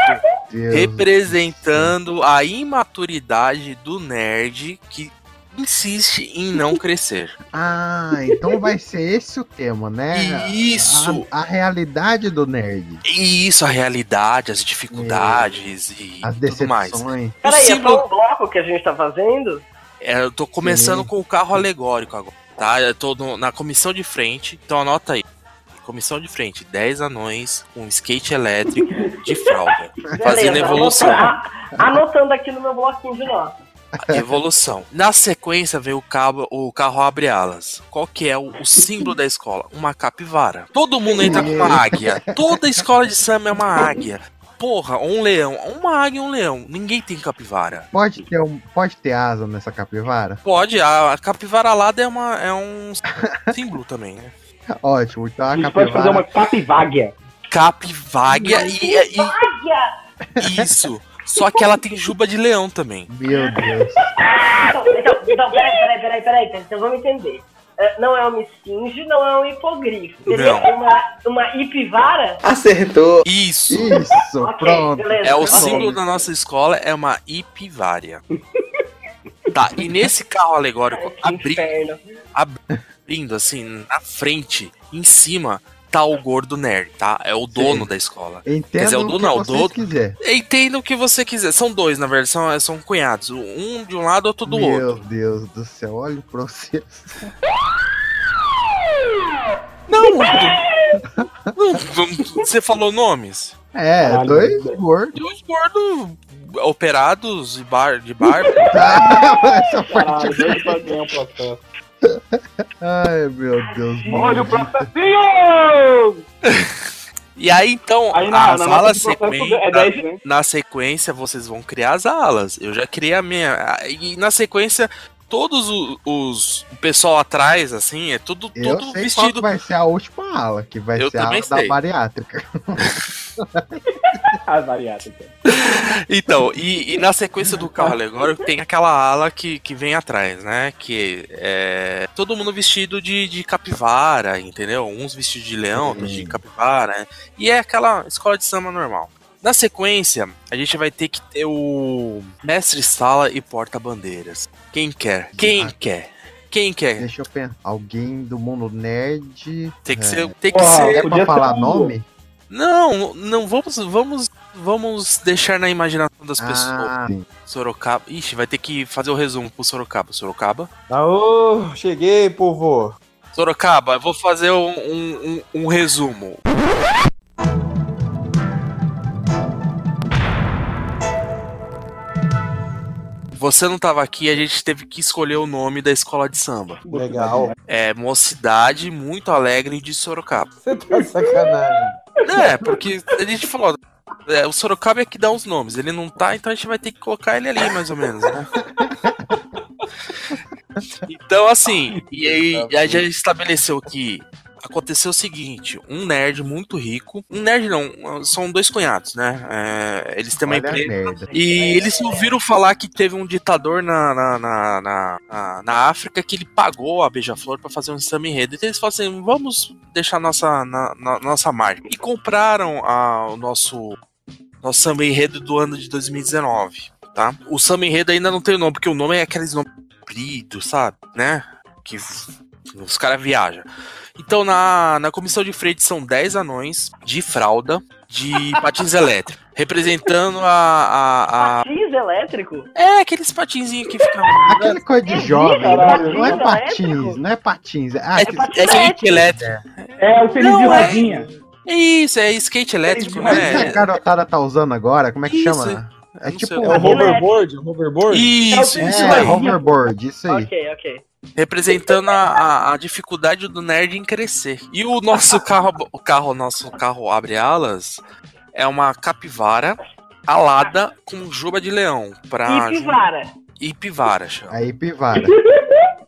Speaker 8: Deus.
Speaker 5: representando a imaturidade do nerd que insiste em não crescer.
Speaker 8: Ah, então vai ser esse o tema, né?
Speaker 5: Isso.
Speaker 8: A, a realidade do nerd.
Speaker 5: E isso, a realidade, as dificuldades e
Speaker 8: As
Speaker 5: tudo mais.
Speaker 8: decepções.
Speaker 13: Peraí, é só um bloco que a gente tá fazendo?
Speaker 5: É, eu tô começando com o carro alegórico agora, tá? Eu tô no- na comissão de frente, então anota aí. Comissão de frente, 10 anões, um skate elétrico de fralda. Fazendo
Speaker 13: Beleza,
Speaker 5: evolução.
Speaker 13: anota- a- Anotando aqui no meu bloquinho de nota.
Speaker 5: Evolução. Na sequência vem o, cabo, o carro abre alas. Qual que é o, o símbolo da escola? Uma capivara. Todo mundo entra com uma águia. Toda escola de samba é uma águia. porra, um leão, uma águia e um leão. Ninguém tem capivara.
Speaker 8: Pode ter, um, pode ter asa nessa capivara?
Speaker 5: Pode, a, a capivara alada é, uma, é um símbolo também, né?
Speaker 8: Ótimo, então a,
Speaker 5: A gente
Speaker 8: capivara...
Speaker 5: pode fazer uma
Speaker 13: capiváguia.
Speaker 5: Capiváguia e, e- Isso. Só que ela tem juba de leão também.
Speaker 8: Meu Deus.
Speaker 14: Então, então, então, peraí, peraí, peraí, peraí, peraí, então vamos entender.
Speaker 3: Ah,
Speaker 14: É, Não é um esfinge, não é um hipogrifo. Seria
Speaker 3: É
Speaker 5: Não.
Speaker 14: uma, uma hipivara?
Speaker 5: Acertou. Isso.
Speaker 8: Isso,
Speaker 14: Ok, pronto. beleza,
Speaker 5: É o
Speaker 14: tá bom.
Speaker 5: símbolo da nossa escola, é uma ipivária. tá, e nesse carro alegórico, abrindo, abrindo, assim, na frente, em cima, tá o gordo nerd, tá? É o dono da escola. Quer dizer,
Speaker 8: Entenda
Speaker 5: o
Speaker 8: o
Speaker 5: dono
Speaker 8: que
Speaker 5: não, o
Speaker 8: vocês
Speaker 5: dono.
Speaker 8: quiser.
Speaker 5: Entenda o que você quiser. São dois, na verdade, são, são cunhados. Um de um lado, outro do outro.
Speaker 8: Meu Deus do céu, olha o processo.
Speaker 5: Não, não, não, você falou nomes.
Speaker 8: É,
Speaker 5: Caralho.
Speaker 8: dois gordos.
Speaker 5: Dois gordos operados de bar, de barba.
Speaker 8: essa
Speaker 13: Ah,
Speaker 8: parte.
Speaker 13: um
Speaker 8: Ai, meu Deus.
Speaker 13: Olha o
Speaker 8: maldito.
Speaker 13: processinho!
Speaker 5: E aí então,
Speaker 13: Aí na-
Speaker 5: as
Speaker 13: na nota
Speaker 5: alas
Speaker 13: de processo
Speaker 5: sequência,
Speaker 13: é 10, né?
Speaker 5: na sequência vocês vão criar as alas. Eu já criei a minha. E na sequência, todos o- os, o pessoal atrás, assim, é tudo,
Speaker 8: Eu
Speaker 5: tudo
Speaker 8: sei qual
Speaker 5: vestido.
Speaker 8: que vai ser a última ala, que vai
Speaker 5: Eu
Speaker 8: ser a
Speaker 5: também
Speaker 8: ala da
Speaker 5: sei.
Speaker 8: bariátrica.
Speaker 13: a variável.
Speaker 5: Então, e, e na sequência do carro alegórico tem aquela ala que, que vem atrás, né? Que é todo mundo vestido de, de capivara, entendeu? Uns vestidos de leão, outros de capivara. né? E é aquela escola de samba normal. Na sequência, a gente vai ter que ter o mestre-sala e porta-bandeiras. Quem quer? Quem quer? Quem quer?
Speaker 8: Deixa eu pensar. Alguém do mundo nerd.
Speaker 5: Tem que
Speaker 8: é.
Speaker 5: ser. Tem que ser.
Speaker 8: É pra falar nome?
Speaker 5: Não, não vamos, vamos, vamos deixar na imaginação das
Speaker 8: Ah,
Speaker 5: pessoas. Sorocaba. Ixi, vai ter que fazer o resumo pro Sorocaba. Sorocaba.
Speaker 14: Ah,
Speaker 15: Aô, cheguei, povo.
Speaker 5: Sorocaba, eu vou fazer um, um, um- um resumo. Você não tava aqui, a gente teve que escolher o nome da escola de samba.
Speaker 15: Legal.
Speaker 5: É Mocidade Muito Alegre de Sorocaba.
Speaker 15: Você tá de sacanagem.
Speaker 5: É, porque a gente falou. é, o Sorocaba é que dá os nomes, ele não tá, então a gente vai ter que colocar ele ali, mais ou menos, né? Então, assim, e aí a gente estabeleceu que aconteceu o seguinte: um nerd muito rico, um nerd não, são dois cunhados, né? É, eles têm uma
Speaker 8: Olha a
Speaker 5: empresa.
Speaker 8: merda.
Speaker 5: E eles ouviram falar que teve um ditador na, na, na, na, na- na África que ele pagou a Beija-Flor pra fazer um samba enredo. Então eles falaram assim: vamos deixar nossa, na- na- nossa marca. E compraram a- o nosso, nosso samba enredo do ano de 2019. Tá? O samba enredo ainda não tem o nome, porque o nome é aqueles nomes compridos, sabe? Né? Que f- os caras viajam. Então, na, na comissão de frente são 10 anões de fralda de patins elétricos, representando a. a, a-
Speaker 14: Patins elétrico?
Speaker 5: É, aqueles patinzinhos que ficam.
Speaker 8: Aquela coisa de jovem, né?
Speaker 14: caralho.
Speaker 8: não é patins,
Speaker 14: Elétrico?
Speaker 8: não é patins. É, ah, aquele-
Speaker 5: É skate elétrico.
Speaker 13: É, o tênis de
Speaker 5: Não, é-
Speaker 13: rodinha.
Speaker 5: É isso, é skate elétrico,
Speaker 8: Mas que a
Speaker 5: né?
Speaker 8: garotada tá usando agora, como é que
Speaker 5: Isso.
Speaker 8: chama? É
Speaker 5: Não
Speaker 8: tipo
Speaker 5: sei. É o hoverboard,
Speaker 15: o hoverboard?
Speaker 5: Isso,
Speaker 8: é,
Speaker 5: isso daí.
Speaker 8: hoverboard, isso aí.
Speaker 14: Ok, ok.
Speaker 5: Representando a, a- a dificuldade do nerd em crescer. E o nosso carro, o carro, nosso carro abre alas é uma capivara alada com juba de leão pra
Speaker 14: Hipivara.
Speaker 5: Ipivara, chama.
Speaker 8: Aí pivara.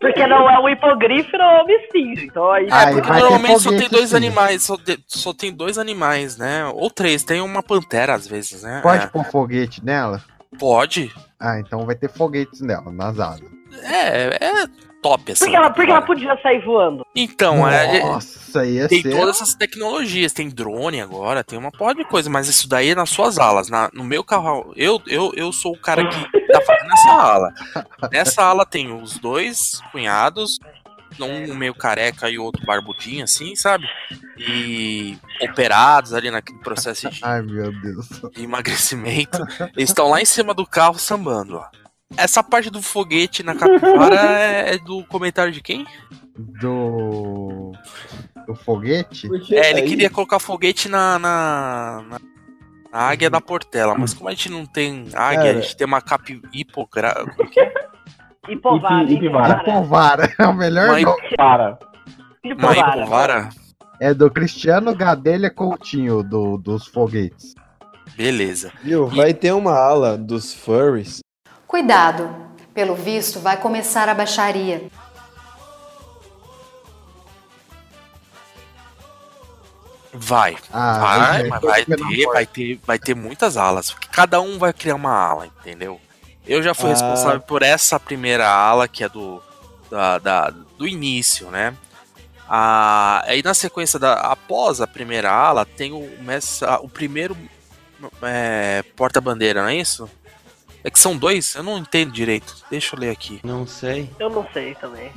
Speaker 14: Porque não é o hipogrifo, não é o esfinge. Então aí.
Speaker 5: É, porque normalmente só tem dois
Speaker 8: assim.
Speaker 5: animais, só, de- só tem dois animais, né? Ou três, tem uma pantera às vezes, né?
Speaker 8: Pode
Speaker 5: É.
Speaker 8: pôr foguete nela?
Speaker 5: Pode.
Speaker 8: Ah, então vai ter foguetes nela, nas asas.
Speaker 5: É, é top assim.
Speaker 14: Porque ela, porque ela podia sair voando.
Speaker 5: Então, é,
Speaker 8: Nossa, é ia
Speaker 5: tem
Speaker 8: ser.
Speaker 5: todas essas tecnologias, tem drone agora, tem uma porra de coisa, mas isso daí é nas suas alas. na- no meu carro, eu, eu, eu sou o cara que tá fazendo essa ala. Nessa ala tem os dois cunhados, um meio careca e o outro barbudinho, assim, sabe? E operados ali naquele processo de
Speaker 8: Ai, meu Deus.
Speaker 5: de emagrecimento. Eles estão lá em cima do carro sambando, ó. Essa parte do foguete na capivara é é do comentário de quem?
Speaker 8: Do. Do foguete?
Speaker 5: É, ele queria colocar foguete na, na, na- na águia da Portela, mas como a gente não tem águia,
Speaker 8: Cara.
Speaker 5: a gente tem uma capi hipogra...
Speaker 14: Hipovara.
Speaker 8: Hipovara. É o melhor
Speaker 5: Mãe-
Speaker 8: nome.
Speaker 5: uma hipovara.
Speaker 8: É do Cristiano Gadelha Coutinho, do, dos foguetes.
Speaker 5: Beleza.
Speaker 14: Viu? Vai ter uma ala dos furries.
Speaker 10: Cuidado, pelo visto vai começar a baixaria.
Speaker 5: Vai.
Speaker 8: Ah,
Speaker 5: vai,
Speaker 8: eu
Speaker 5: mas
Speaker 8: tô
Speaker 5: vai
Speaker 8: esperando
Speaker 5: ter,
Speaker 8: a
Speaker 5: vai ter, vai ter muitas alas. Porque cada um vai criar uma ala, entendeu? Eu já fui
Speaker 14: Ah.
Speaker 5: responsável por essa primeira ala, que é do, da, da- do início, né? Ah, aí na sequência, da, após a primeira ala, tem o, messa- o primeiro é, porta-bandeira, não é isso? É que são dois? Eu não entendo direito. Deixa eu ler aqui. Não sei.
Speaker 3: Eu não sei também.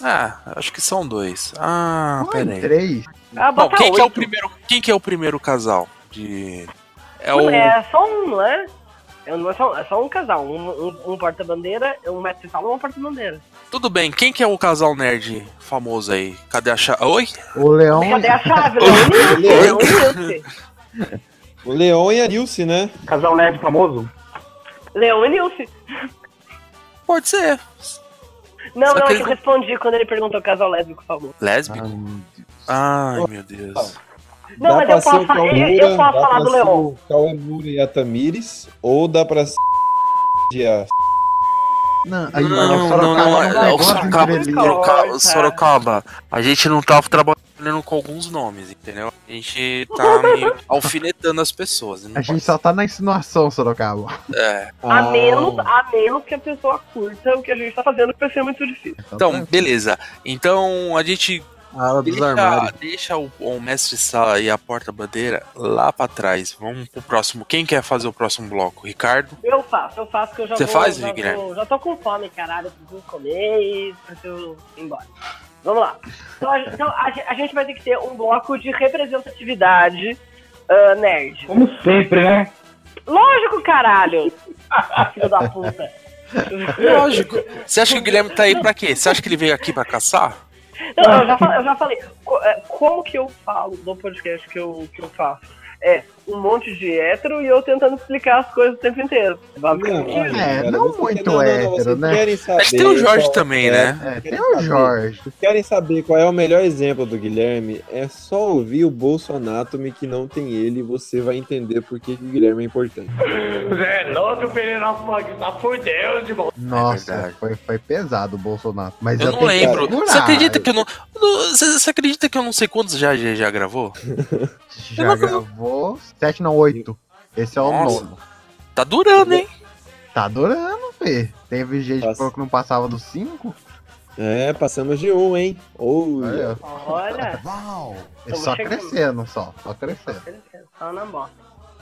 Speaker 5: Ah, acho que são dois. Ah,
Speaker 3: Não,
Speaker 5: peraí.
Speaker 8: Três.
Speaker 3: Ah,
Speaker 5: Bom,
Speaker 3: bota
Speaker 5: quem que, é o
Speaker 3: oito.
Speaker 5: primeiro, quem que é o primeiro casal de... É
Speaker 3: Não,
Speaker 5: o...
Speaker 3: é só um, não é? É, não é, só, é só um casal, um, um, um porta-bandeira, um mestre de sala e um porta-bandeira.
Speaker 5: Tudo bem, quem que é o casal nerd famoso aí? Cadê a chave? Oi?
Speaker 8: O Leão.
Speaker 3: Cadê a chave? Leão e Nilce.
Speaker 14: O Leon e a Nilce, né?
Speaker 16: Casal nerd famoso?
Speaker 3: Leão e Nilce.
Speaker 5: Pode ser.
Speaker 3: Não,
Speaker 5: Só
Speaker 3: não,
Speaker 5: que
Speaker 3: é que
Speaker 5: ele-
Speaker 3: eu respondi quando ele perguntou o casal lésbico falou.
Speaker 5: Lésbico? Ai, meu Deus.
Speaker 3: Não, mas eu posso, fa- eu, eu posso falar do Leão.
Speaker 14: O Cauê Moura e a Tamires, ou dá pra ser de a...
Speaker 8: Não,
Speaker 5: Não, não, não, não, é o Sorocaba, Sorocaba, Sorocaba. A gente não tava trabalhando com alguns nomes, entendeu? A gente tá meio alfinetando as pessoas. né?
Speaker 8: A gente só tá na insinuação, Sorocaba.
Speaker 5: É.
Speaker 3: A
Speaker 14: Ah.
Speaker 3: menos, a menos que a pessoa curta o que a gente tá fazendo, porque isso é muito difícil.
Speaker 5: Então, beleza. Então a gente deixa,
Speaker 3: armários.
Speaker 5: deixa o, o mestre sala e a porta-bandeira lá pra trás. Vamos pro próximo. Quem quer fazer o próximo bloco? Ricardo?
Speaker 3: Eu faço, eu faço que eu já
Speaker 5: Você
Speaker 3: vou-
Speaker 5: faz,
Speaker 3: já,
Speaker 5: Guilherme?
Speaker 3: tô, já tô com fome, caralho. Eu preciso comer e preciso ir embora. Vamos lá. Então, a, então, a ge- a gente vai ter que ter um bloco de representatividade ah, nerd.
Speaker 16: Como sempre, né?
Speaker 3: Lógico, caralho! Ah, Filho da puta.
Speaker 5: Lógico. Você acha que o Guilherme tá aí pra quê? Você acha que ele veio aqui pra caçar?
Speaker 3: Não, eu já falei, eu já falei. Co- é, como que eu falo no podcast que eu, que eu faço? É um monte de hétero e eu tentando explicar as coisas o tempo inteiro. Basicamente.
Speaker 14: Não,
Speaker 8: É, não muito hétero, né?
Speaker 5: Mas tem o Jorge também, né?
Speaker 8: É, tem o Jorge.
Speaker 14: Se querem saber qual é o melhor exemplo do Guilherme, é só ouvir o Bolsonatomy que não tem ele e você vai entender por que que o Guilherme é importante.
Speaker 16: É louco, filho da puta, tá por Deus, irmão.
Speaker 8: Nossa, foi, foi pesado o Bolsonaro. Mas
Speaker 5: Eu
Speaker 8: eu,
Speaker 5: não
Speaker 8: tenho que
Speaker 5: lembro.
Speaker 8: segurar.
Speaker 5: Você acredita que eu não. não- Você você acredita que eu não sei quantos já, já, já gravou?
Speaker 8: Já gravou 7 não 8. Esse é o
Speaker 5: Nossa.
Speaker 8: nono.
Speaker 5: Tá durando, hein?
Speaker 8: Tá durando, Fê. Teve gente que falou que não passava dos 5.
Speaker 14: É, passamos de um, hein? Ou
Speaker 3: Olha.
Speaker 8: Uau! É
Speaker 3: Tamo
Speaker 8: só
Speaker 3: chegando.
Speaker 8: crescendo, só. Só crescendo.
Speaker 3: Só na bosta.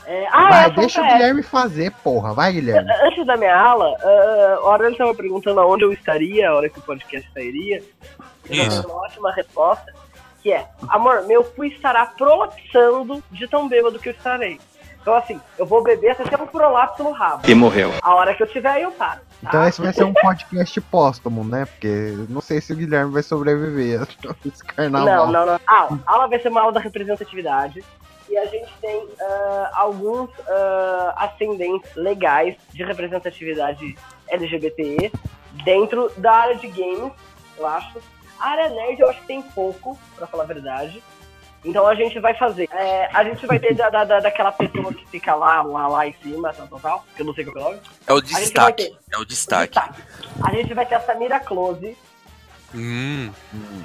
Speaker 3: É, ah,
Speaker 8: Vai,
Speaker 3: essa
Speaker 8: deixa o
Speaker 3: outra é.
Speaker 8: Guilherme fazer, porra. Vai, Guilherme.
Speaker 3: A- Antes da minha aula, ah, a hora ele tava perguntando aonde eu estaria, a hora que o podcast sairia. Ele
Speaker 8: Isso.
Speaker 3: deu uma ótima resposta, que é, amor, meu cu estará prolapsando de tão bêbado que eu estarei. Então assim, eu vou beber até um prolapso no rabo.
Speaker 17: E morreu.
Speaker 3: A hora que eu tiver aí eu paro.
Speaker 8: Então esse vai ser um podcast póstumo, né? Porque não sei se o Guilherme vai sobreviver a esse carnaval.
Speaker 3: Não, não, não. A aula, Ah, a aula vai ser uma aula da representatividade. E a gente tem ah, alguns ah, ascendentes legais de representatividade LGBT dentro da área de games, eu acho. A área nerd eu acho que tem pouco, pra falar a verdade. Então a gente vai fazer. eh, a gente vai ter da, da, da- daquela pessoa que fica lá, lá, lá em cima, tal, tal, tal, que eu não sei qual é o nome.
Speaker 5: É o
Speaker 3: A gente vai
Speaker 5: destaque.
Speaker 3: ter-
Speaker 5: É o destaque.
Speaker 3: A gente vai ter a Samira Close.
Speaker 5: Hum.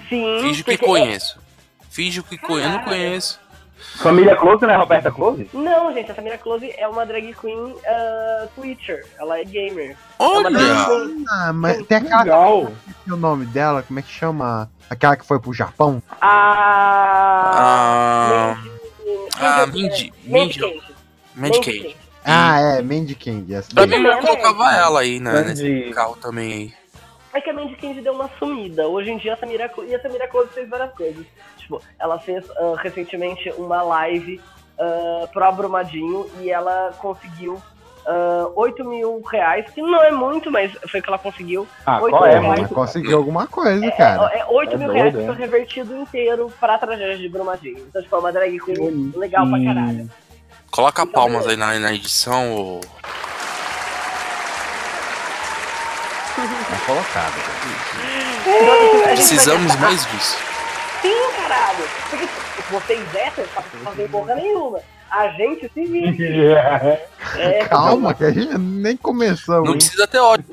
Speaker 3: Sim.
Speaker 5: Finge que
Speaker 3: porque- é-
Speaker 5: conheço. Finge que conheço. Eu não conheço.
Speaker 16: Família Close, né? Roberta Close?
Speaker 3: Não, gente, a Samira Close é uma drag queen ah, Twitcher. Ela é gamer.
Speaker 5: Olha!
Speaker 3: Tá
Speaker 8: Ah, mas tem aquela.
Speaker 16: Legal.
Speaker 8: O nome dela, como é que chama? Aquela que foi pro Japão?
Speaker 5: Ah. Ah, Mindy. Mindy. Mindy Cage.
Speaker 8: Ah, é, Mandy King. Essa daí.
Speaker 5: Também eu colocava ela aí, né?
Speaker 8: Mandy.
Speaker 5: Nesse carro também aí.
Speaker 3: É que a Mandy Candy deu uma sumida. Hoje em dia a Samira, Co- e a Samira Close fez várias coisas. Tipo, ela fez ah, recentemente uma live ah, pro Abrumadinho e ela conseguiu ah, 8 mil reais, que não é muito, mas foi o que ela conseguiu.
Speaker 8: Ah,
Speaker 3: Oito
Speaker 8: qual é,
Speaker 3: mil reais.
Speaker 8: mano? Conseguiu alguma coisa,
Speaker 3: É,
Speaker 8: cara.
Speaker 3: É, é 8 mil
Speaker 8: É
Speaker 3: reais que
Speaker 8: doido,
Speaker 3: foi
Speaker 8: é.
Speaker 3: revertido inteiro pra tragédia de Brumadinho. Então, tipo, é uma drag queen legal pra caralho.
Speaker 5: Coloca palmas aí na, na edição, ô.
Speaker 3: É,
Speaker 8: Tá colocado.
Speaker 5: né? Precisamos mais disso.
Speaker 3: Sim, caralho! Porque tipo, vocês héteros não fazem porra nenhuma. A gente se vive. É,
Speaker 8: Calma, que a gente nem começamos.
Speaker 5: Não
Speaker 8: hein?
Speaker 5: precisa ter ódio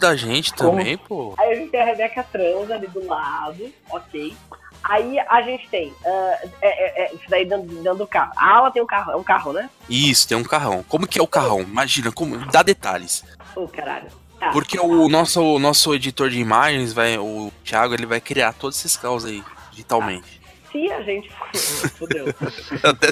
Speaker 5: da gente
Speaker 8: Como?
Speaker 5: também, pô.
Speaker 3: Aí a gente tem a Rebeca Trans ali do lado, ok. Aí a gente tem. ah, é, é, é, isso daí dentro, dentro do carro. A ala tem um carro, é um carro, né?
Speaker 5: Isso, tem um carrão. Como que é o carrão? Imagina, como... dá detalhes.
Speaker 3: Ô, caralho. Tá.
Speaker 5: Porque o nosso, o nosso editor de imagens, vai, o Thiago, ele vai criar todos esses carros aí,
Speaker 3: Tá.
Speaker 5: digitalmente.
Speaker 3: Se a gente for. Fudeu.
Speaker 5: até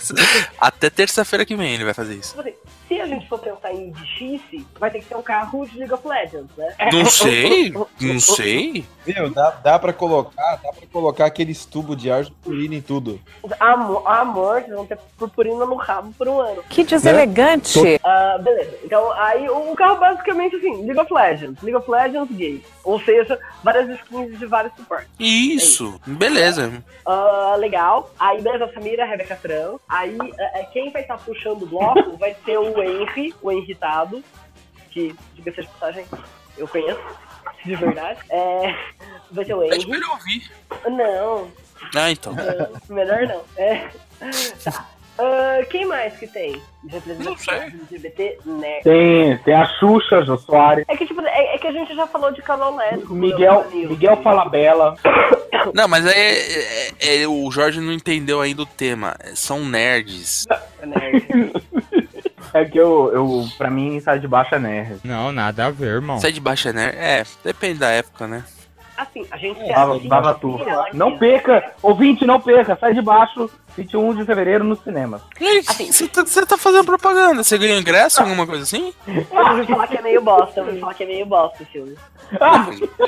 Speaker 5: até terça-feira que vem ele vai fazer isso.
Speaker 3: Tipo assim, Se a gente for pensar em bichice, vai ter que ser um carro de League of Legends, né?
Speaker 5: Não sei, não sei.
Speaker 18: Meu, dá, dá pra colocar, dá pra colocar aqueles tubos de ar de purina em tudo.
Speaker 3: Amor, amor, vocês vão ter purpurina no rabo por um ano.
Speaker 18: Que deselegante. Né? Tô-
Speaker 3: Ah, beleza. Então, aí o carro basicamente assim, League of Legends. League of Legends gay. Ou seja, várias skins de vários suportes.
Speaker 5: Isso, beleza.
Speaker 3: Ah, legal. Aí, beleza, a Samira, a Rebeca Trans. Aí, ah, ah, quem vai estar puxando o bloco vai ser o Henry, o Henritado. Que, diga-se de passagem, eu conheço. De verdade. É, vai ser o Henry.
Speaker 5: Deixa eu ouvir.
Speaker 3: Não,
Speaker 5: Ah, então.
Speaker 3: não, melhor não. É. Tá. Ah, quem mais que tem? de representatividade LGBT, né?
Speaker 14: Tem, tem a Xuxa, Jô Soares,
Speaker 3: É que, tipo, é, é que a gente já falou de canal lésbico.
Speaker 14: Miguel,
Speaker 3: né?
Speaker 14: Miguel Falabella.
Speaker 5: Não, mas aí é- é- é- o Jorge não entendeu ainda o tema. São nerds.
Speaker 14: É que eu, eu, pra mim, sai de baixo é nerd.
Speaker 19: Não, nada a ver, irmão.
Speaker 5: Sai de baixo é nerd? É, depende da época, né?
Speaker 3: Assim, a gente tem
Speaker 14: Bava,
Speaker 3: assim,
Speaker 14: Bava Tour. Não perca, ouvinte, não perca, sai de baixo, 21 de fevereiro nos cinemas.
Speaker 5: Você tá, você tá fazendo propaganda? Você ganha ingresso, alguma coisa assim?
Speaker 3: Eu ouvi falar que é meio bosta, eu ouvi falar que é meio bosta o filme.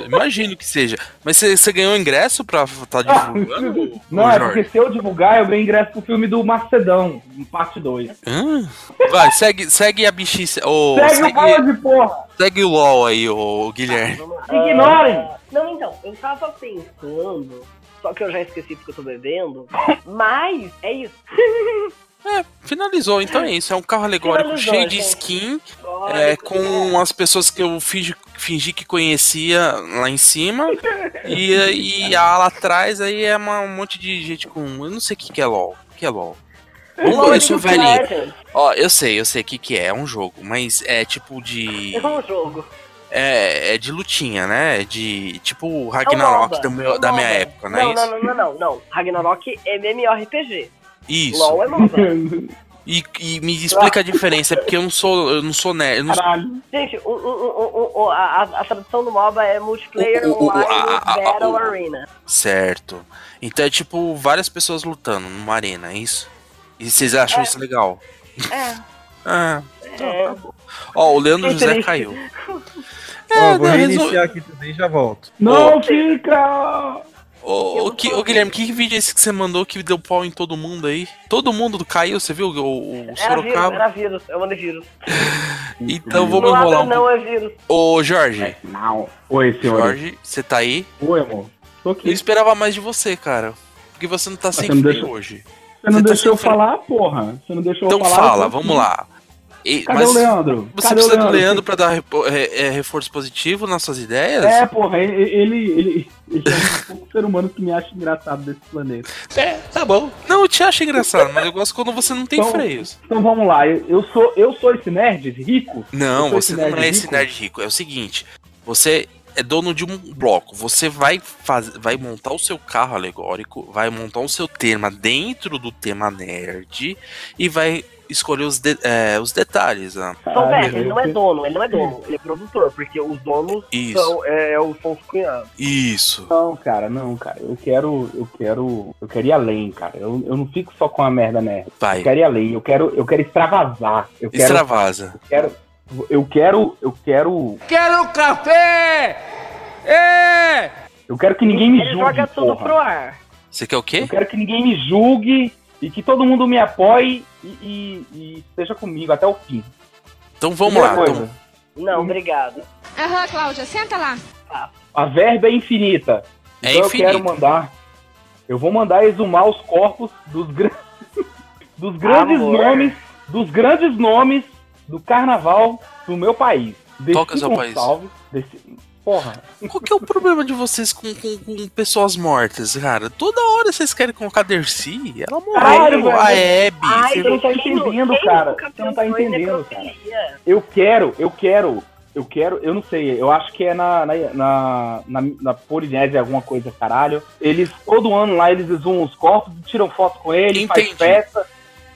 Speaker 5: Imagino que seja. Mas você, você ganhou ingresso pra estar divulgando? ô-
Speaker 14: Não,
Speaker 5: ô,
Speaker 14: é
Speaker 5: Jorge?
Speaker 14: porque se eu divulgar, eu ganho ingresso pro filme do Macedão, parte 2.
Speaker 5: Hã? Vai, segue, segue a bichice. ô,
Speaker 14: Segue o
Speaker 5: segue,
Speaker 14: Bola de Porra!
Speaker 5: segue o LOL aí, ô Guilherme.
Speaker 14: Ignorem!
Speaker 3: Ah, não, então, eu tava pensando, só que eu já esqueci porque eu tô bebendo, mas é isso.
Speaker 5: Finalizou, então é isso. É um carro alegórico
Speaker 3: Finalizou,
Speaker 5: cheio de
Speaker 3: gente.
Speaker 5: skin, é, com as pessoas que eu fingi, fingi que conhecia lá em cima. E, e a ala atrás aí é uma- um monte de gente com. Eu não sei o que, que é LOL. O que é LOL? Bom, eu sou velhinho. Ó, eu sei, eu sei o que, que é. É um jogo, mas é tipo de.
Speaker 3: É um jogo.
Speaker 5: É, é de lutinha, né? É De tipo
Speaker 3: É um
Speaker 5: Ragnarok
Speaker 3: MOBA,
Speaker 5: da, meu- da minha época, não é
Speaker 3: Não,
Speaker 5: isso?
Speaker 3: não, não, não, não, não. Ragnarok é MMORPG.
Speaker 5: Isso.
Speaker 3: LOL é MOBA.
Speaker 5: E, e me explica a diferença, é porque eu não sou, eu não sou nerd. Eu não sou-
Speaker 3: Gente, um, o, o- o- o- o- a, a- a tradução do MOBA é Multiplayer
Speaker 5: O- o- o-
Speaker 3: Online
Speaker 5: a- a- a-
Speaker 3: Battle
Speaker 5: o-
Speaker 3: Arena.
Speaker 5: Certo. Então é tipo várias pessoas lutando numa arena, é isso? E vocês acham
Speaker 3: É.
Speaker 5: isso legal?
Speaker 3: É.
Speaker 5: Ah.
Speaker 3: é.
Speaker 5: Ó, o Leandro
Speaker 3: Que
Speaker 5: José
Speaker 3: triste.
Speaker 5: caiu. É,
Speaker 18: Ó, vou
Speaker 5: não,
Speaker 18: reiniciar
Speaker 5: resol-
Speaker 18: aqui também e já volto.
Speaker 5: Não
Speaker 14: fica!
Speaker 5: Ô, ô, que- ô, Guilherme, que vídeo é esse que você mandou que deu pau em todo mundo aí? Todo mundo caiu, você viu? O, o
Speaker 3: Era vírus,
Speaker 5: Sorocaba.
Speaker 3: era vírus, eu mandei vírus.
Speaker 5: Então vamos
Speaker 3: não abra
Speaker 5: enrolar um
Speaker 3: não, é vírus.
Speaker 5: Ô, Jorge.
Speaker 14: Não. Oi, senhor.
Speaker 5: É, Jorge, você tá aí?
Speaker 14: Oi, amor. Tô aqui.
Speaker 5: Eu esperava mais de você, cara. Porque você não tá sem
Speaker 14: você me
Speaker 5: frio
Speaker 14: deixou-
Speaker 5: hoje.
Speaker 14: Você não
Speaker 5: Você tá
Speaker 14: deixou eu
Speaker 5: sem frio.
Speaker 14: falar, porra. Você não deixou eu
Speaker 5: Então
Speaker 14: falar.
Speaker 5: fala,
Speaker 14: eu tô aqui.
Speaker 5: vamos lá. E-
Speaker 14: Cadê o Leandro?
Speaker 5: Você
Speaker 14: Cadê o
Speaker 5: precisa do
Speaker 14: Leandro?
Speaker 5: Leandro pra dar repo- re- é, reforço positivo nas suas ideias?
Speaker 14: É, porra, ele, ele, ele, ele é um pouco ser humano que me acha engraçado desse planeta.
Speaker 5: É, tá bom. Não, eu te acho engraçado, mas eu gosto quando você não tem
Speaker 14: Então-
Speaker 5: freios.
Speaker 14: Então vamos lá, eu, eu sou, eu sou esse nerd rico?
Speaker 5: Não,
Speaker 14: Eu sou
Speaker 5: você
Speaker 14: esse
Speaker 5: não é esse
Speaker 14: rico?
Speaker 5: nerd rico. É o seguinte, você é dono de um bloco. Você vai fazer, vai montar o seu carro alegórico, vai montar o seu tema dentro do tema nerd e vai escolher os, de- é, os detalhes. né?
Speaker 14: Ah,
Speaker 3: Então, velho, ele não é dono, ele não é dono, ele é produtor, porque os donos
Speaker 5: Isso.
Speaker 14: Então,
Speaker 3: são, é, é, são os cunhados.
Speaker 5: Isso.
Speaker 14: Não, cara, não, cara. Eu quero, eu quero, eu quero ir além, cara. Eu, eu não fico só com a merda nerd.
Speaker 5: Vai.
Speaker 14: Eu quero ir além, eu quero, eu quero extravasar. Eu quero,
Speaker 5: Extravasa.
Speaker 14: Eu quero, eu quero, eu quero,
Speaker 2: Quero café! É!
Speaker 14: eu quero que ninguém me
Speaker 3: Ele
Speaker 14: julgue,
Speaker 3: joga tudo
Speaker 14: porra.
Speaker 3: pro ar.
Speaker 5: Você quer o quê?
Speaker 14: Eu quero que ninguém me julgue e que todo mundo me apoie e, e, e esteja comigo até o fim.
Speaker 5: Então vamos
Speaker 14: Primeira
Speaker 5: lá.
Speaker 14: coisa.
Speaker 5: então-
Speaker 3: Não, obrigado.
Speaker 10: Aham, Cláudia, senta lá.
Speaker 14: A verba é infinita.
Speaker 5: É
Speaker 14: então
Speaker 5: infinita.
Speaker 14: eu quero mandar. Eu vou mandar exumar os corpos dos, gran- dos grandes
Speaker 5: Amor.
Speaker 14: nomes. Dos grandes nomes do carnaval do meu país. um
Speaker 5: Qual que é o seu país?
Speaker 14: Gonçalves, Desi-
Speaker 5: Porra. Qual que é o problema de vocês com, com- com pessoas mortas, cara? Toda hora vocês querem colocar a Dercy, ela morreu, Ah, é, a Abby.
Speaker 13: Ai,
Speaker 5: vocês
Speaker 13: você não tá entendendo, cara. Você não tá entendendo, cara. Eu quero, eu quero, eu quero, eu não sei, eu acho que é na, na, na, na, na Polinésia alguma coisa, caralho. Eles, todo ano lá, eles exumam os corpos, tiram foto com ele, faz
Speaker 5: Entendi.
Speaker 13: festa.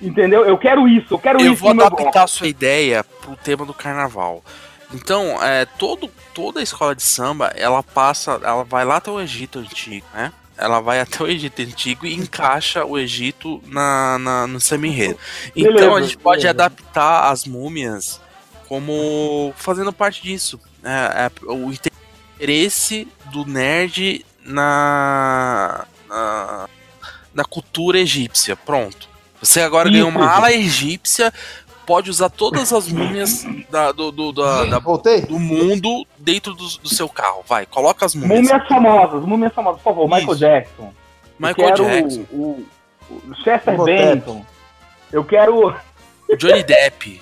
Speaker 13: Entendeu? Eu quero isso, eu quero
Speaker 5: Eu
Speaker 13: isso
Speaker 5: vou
Speaker 13: no meu
Speaker 5: adaptar
Speaker 13: bloco.
Speaker 5: a sua ideia pro tema do carnaval. Então, é, todo, toda a escola de samba, ela passa, ela vai lá até o Egito Antigo, né? Ela vai até o Egito Antigo e encaixa o Egito na, na, no samba-enredo. Então
Speaker 13: Beleza,
Speaker 5: a gente pode
Speaker 13: beleza.
Speaker 5: adaptar as múmias como fazendo parte disso. É, é, o interesse do nerd na, na, na cultura egípcia. Pronto. Você agora ganhou
Speaker 20: Isso.
Speaker 5: uma ala egípcia, pode usar todas as múmias da- do, do,
Speaker 13: Uhum.
Speaker 5: da- da- do mundo dentro do, do seu carro. Vai, coloca as múmias.
Speaker 13: Múmias famosas, múmias famosas, por favor, Michael Jackson.
Speaker 5: Michael
Speaker 13: eu quero
Speaker 5: Jackson.
Speaker 13: O, o- o Chester
Speaker 5: Boteco.
Speaker 13: Benton. Eu quero.
Speaker 5: Johnny Depp.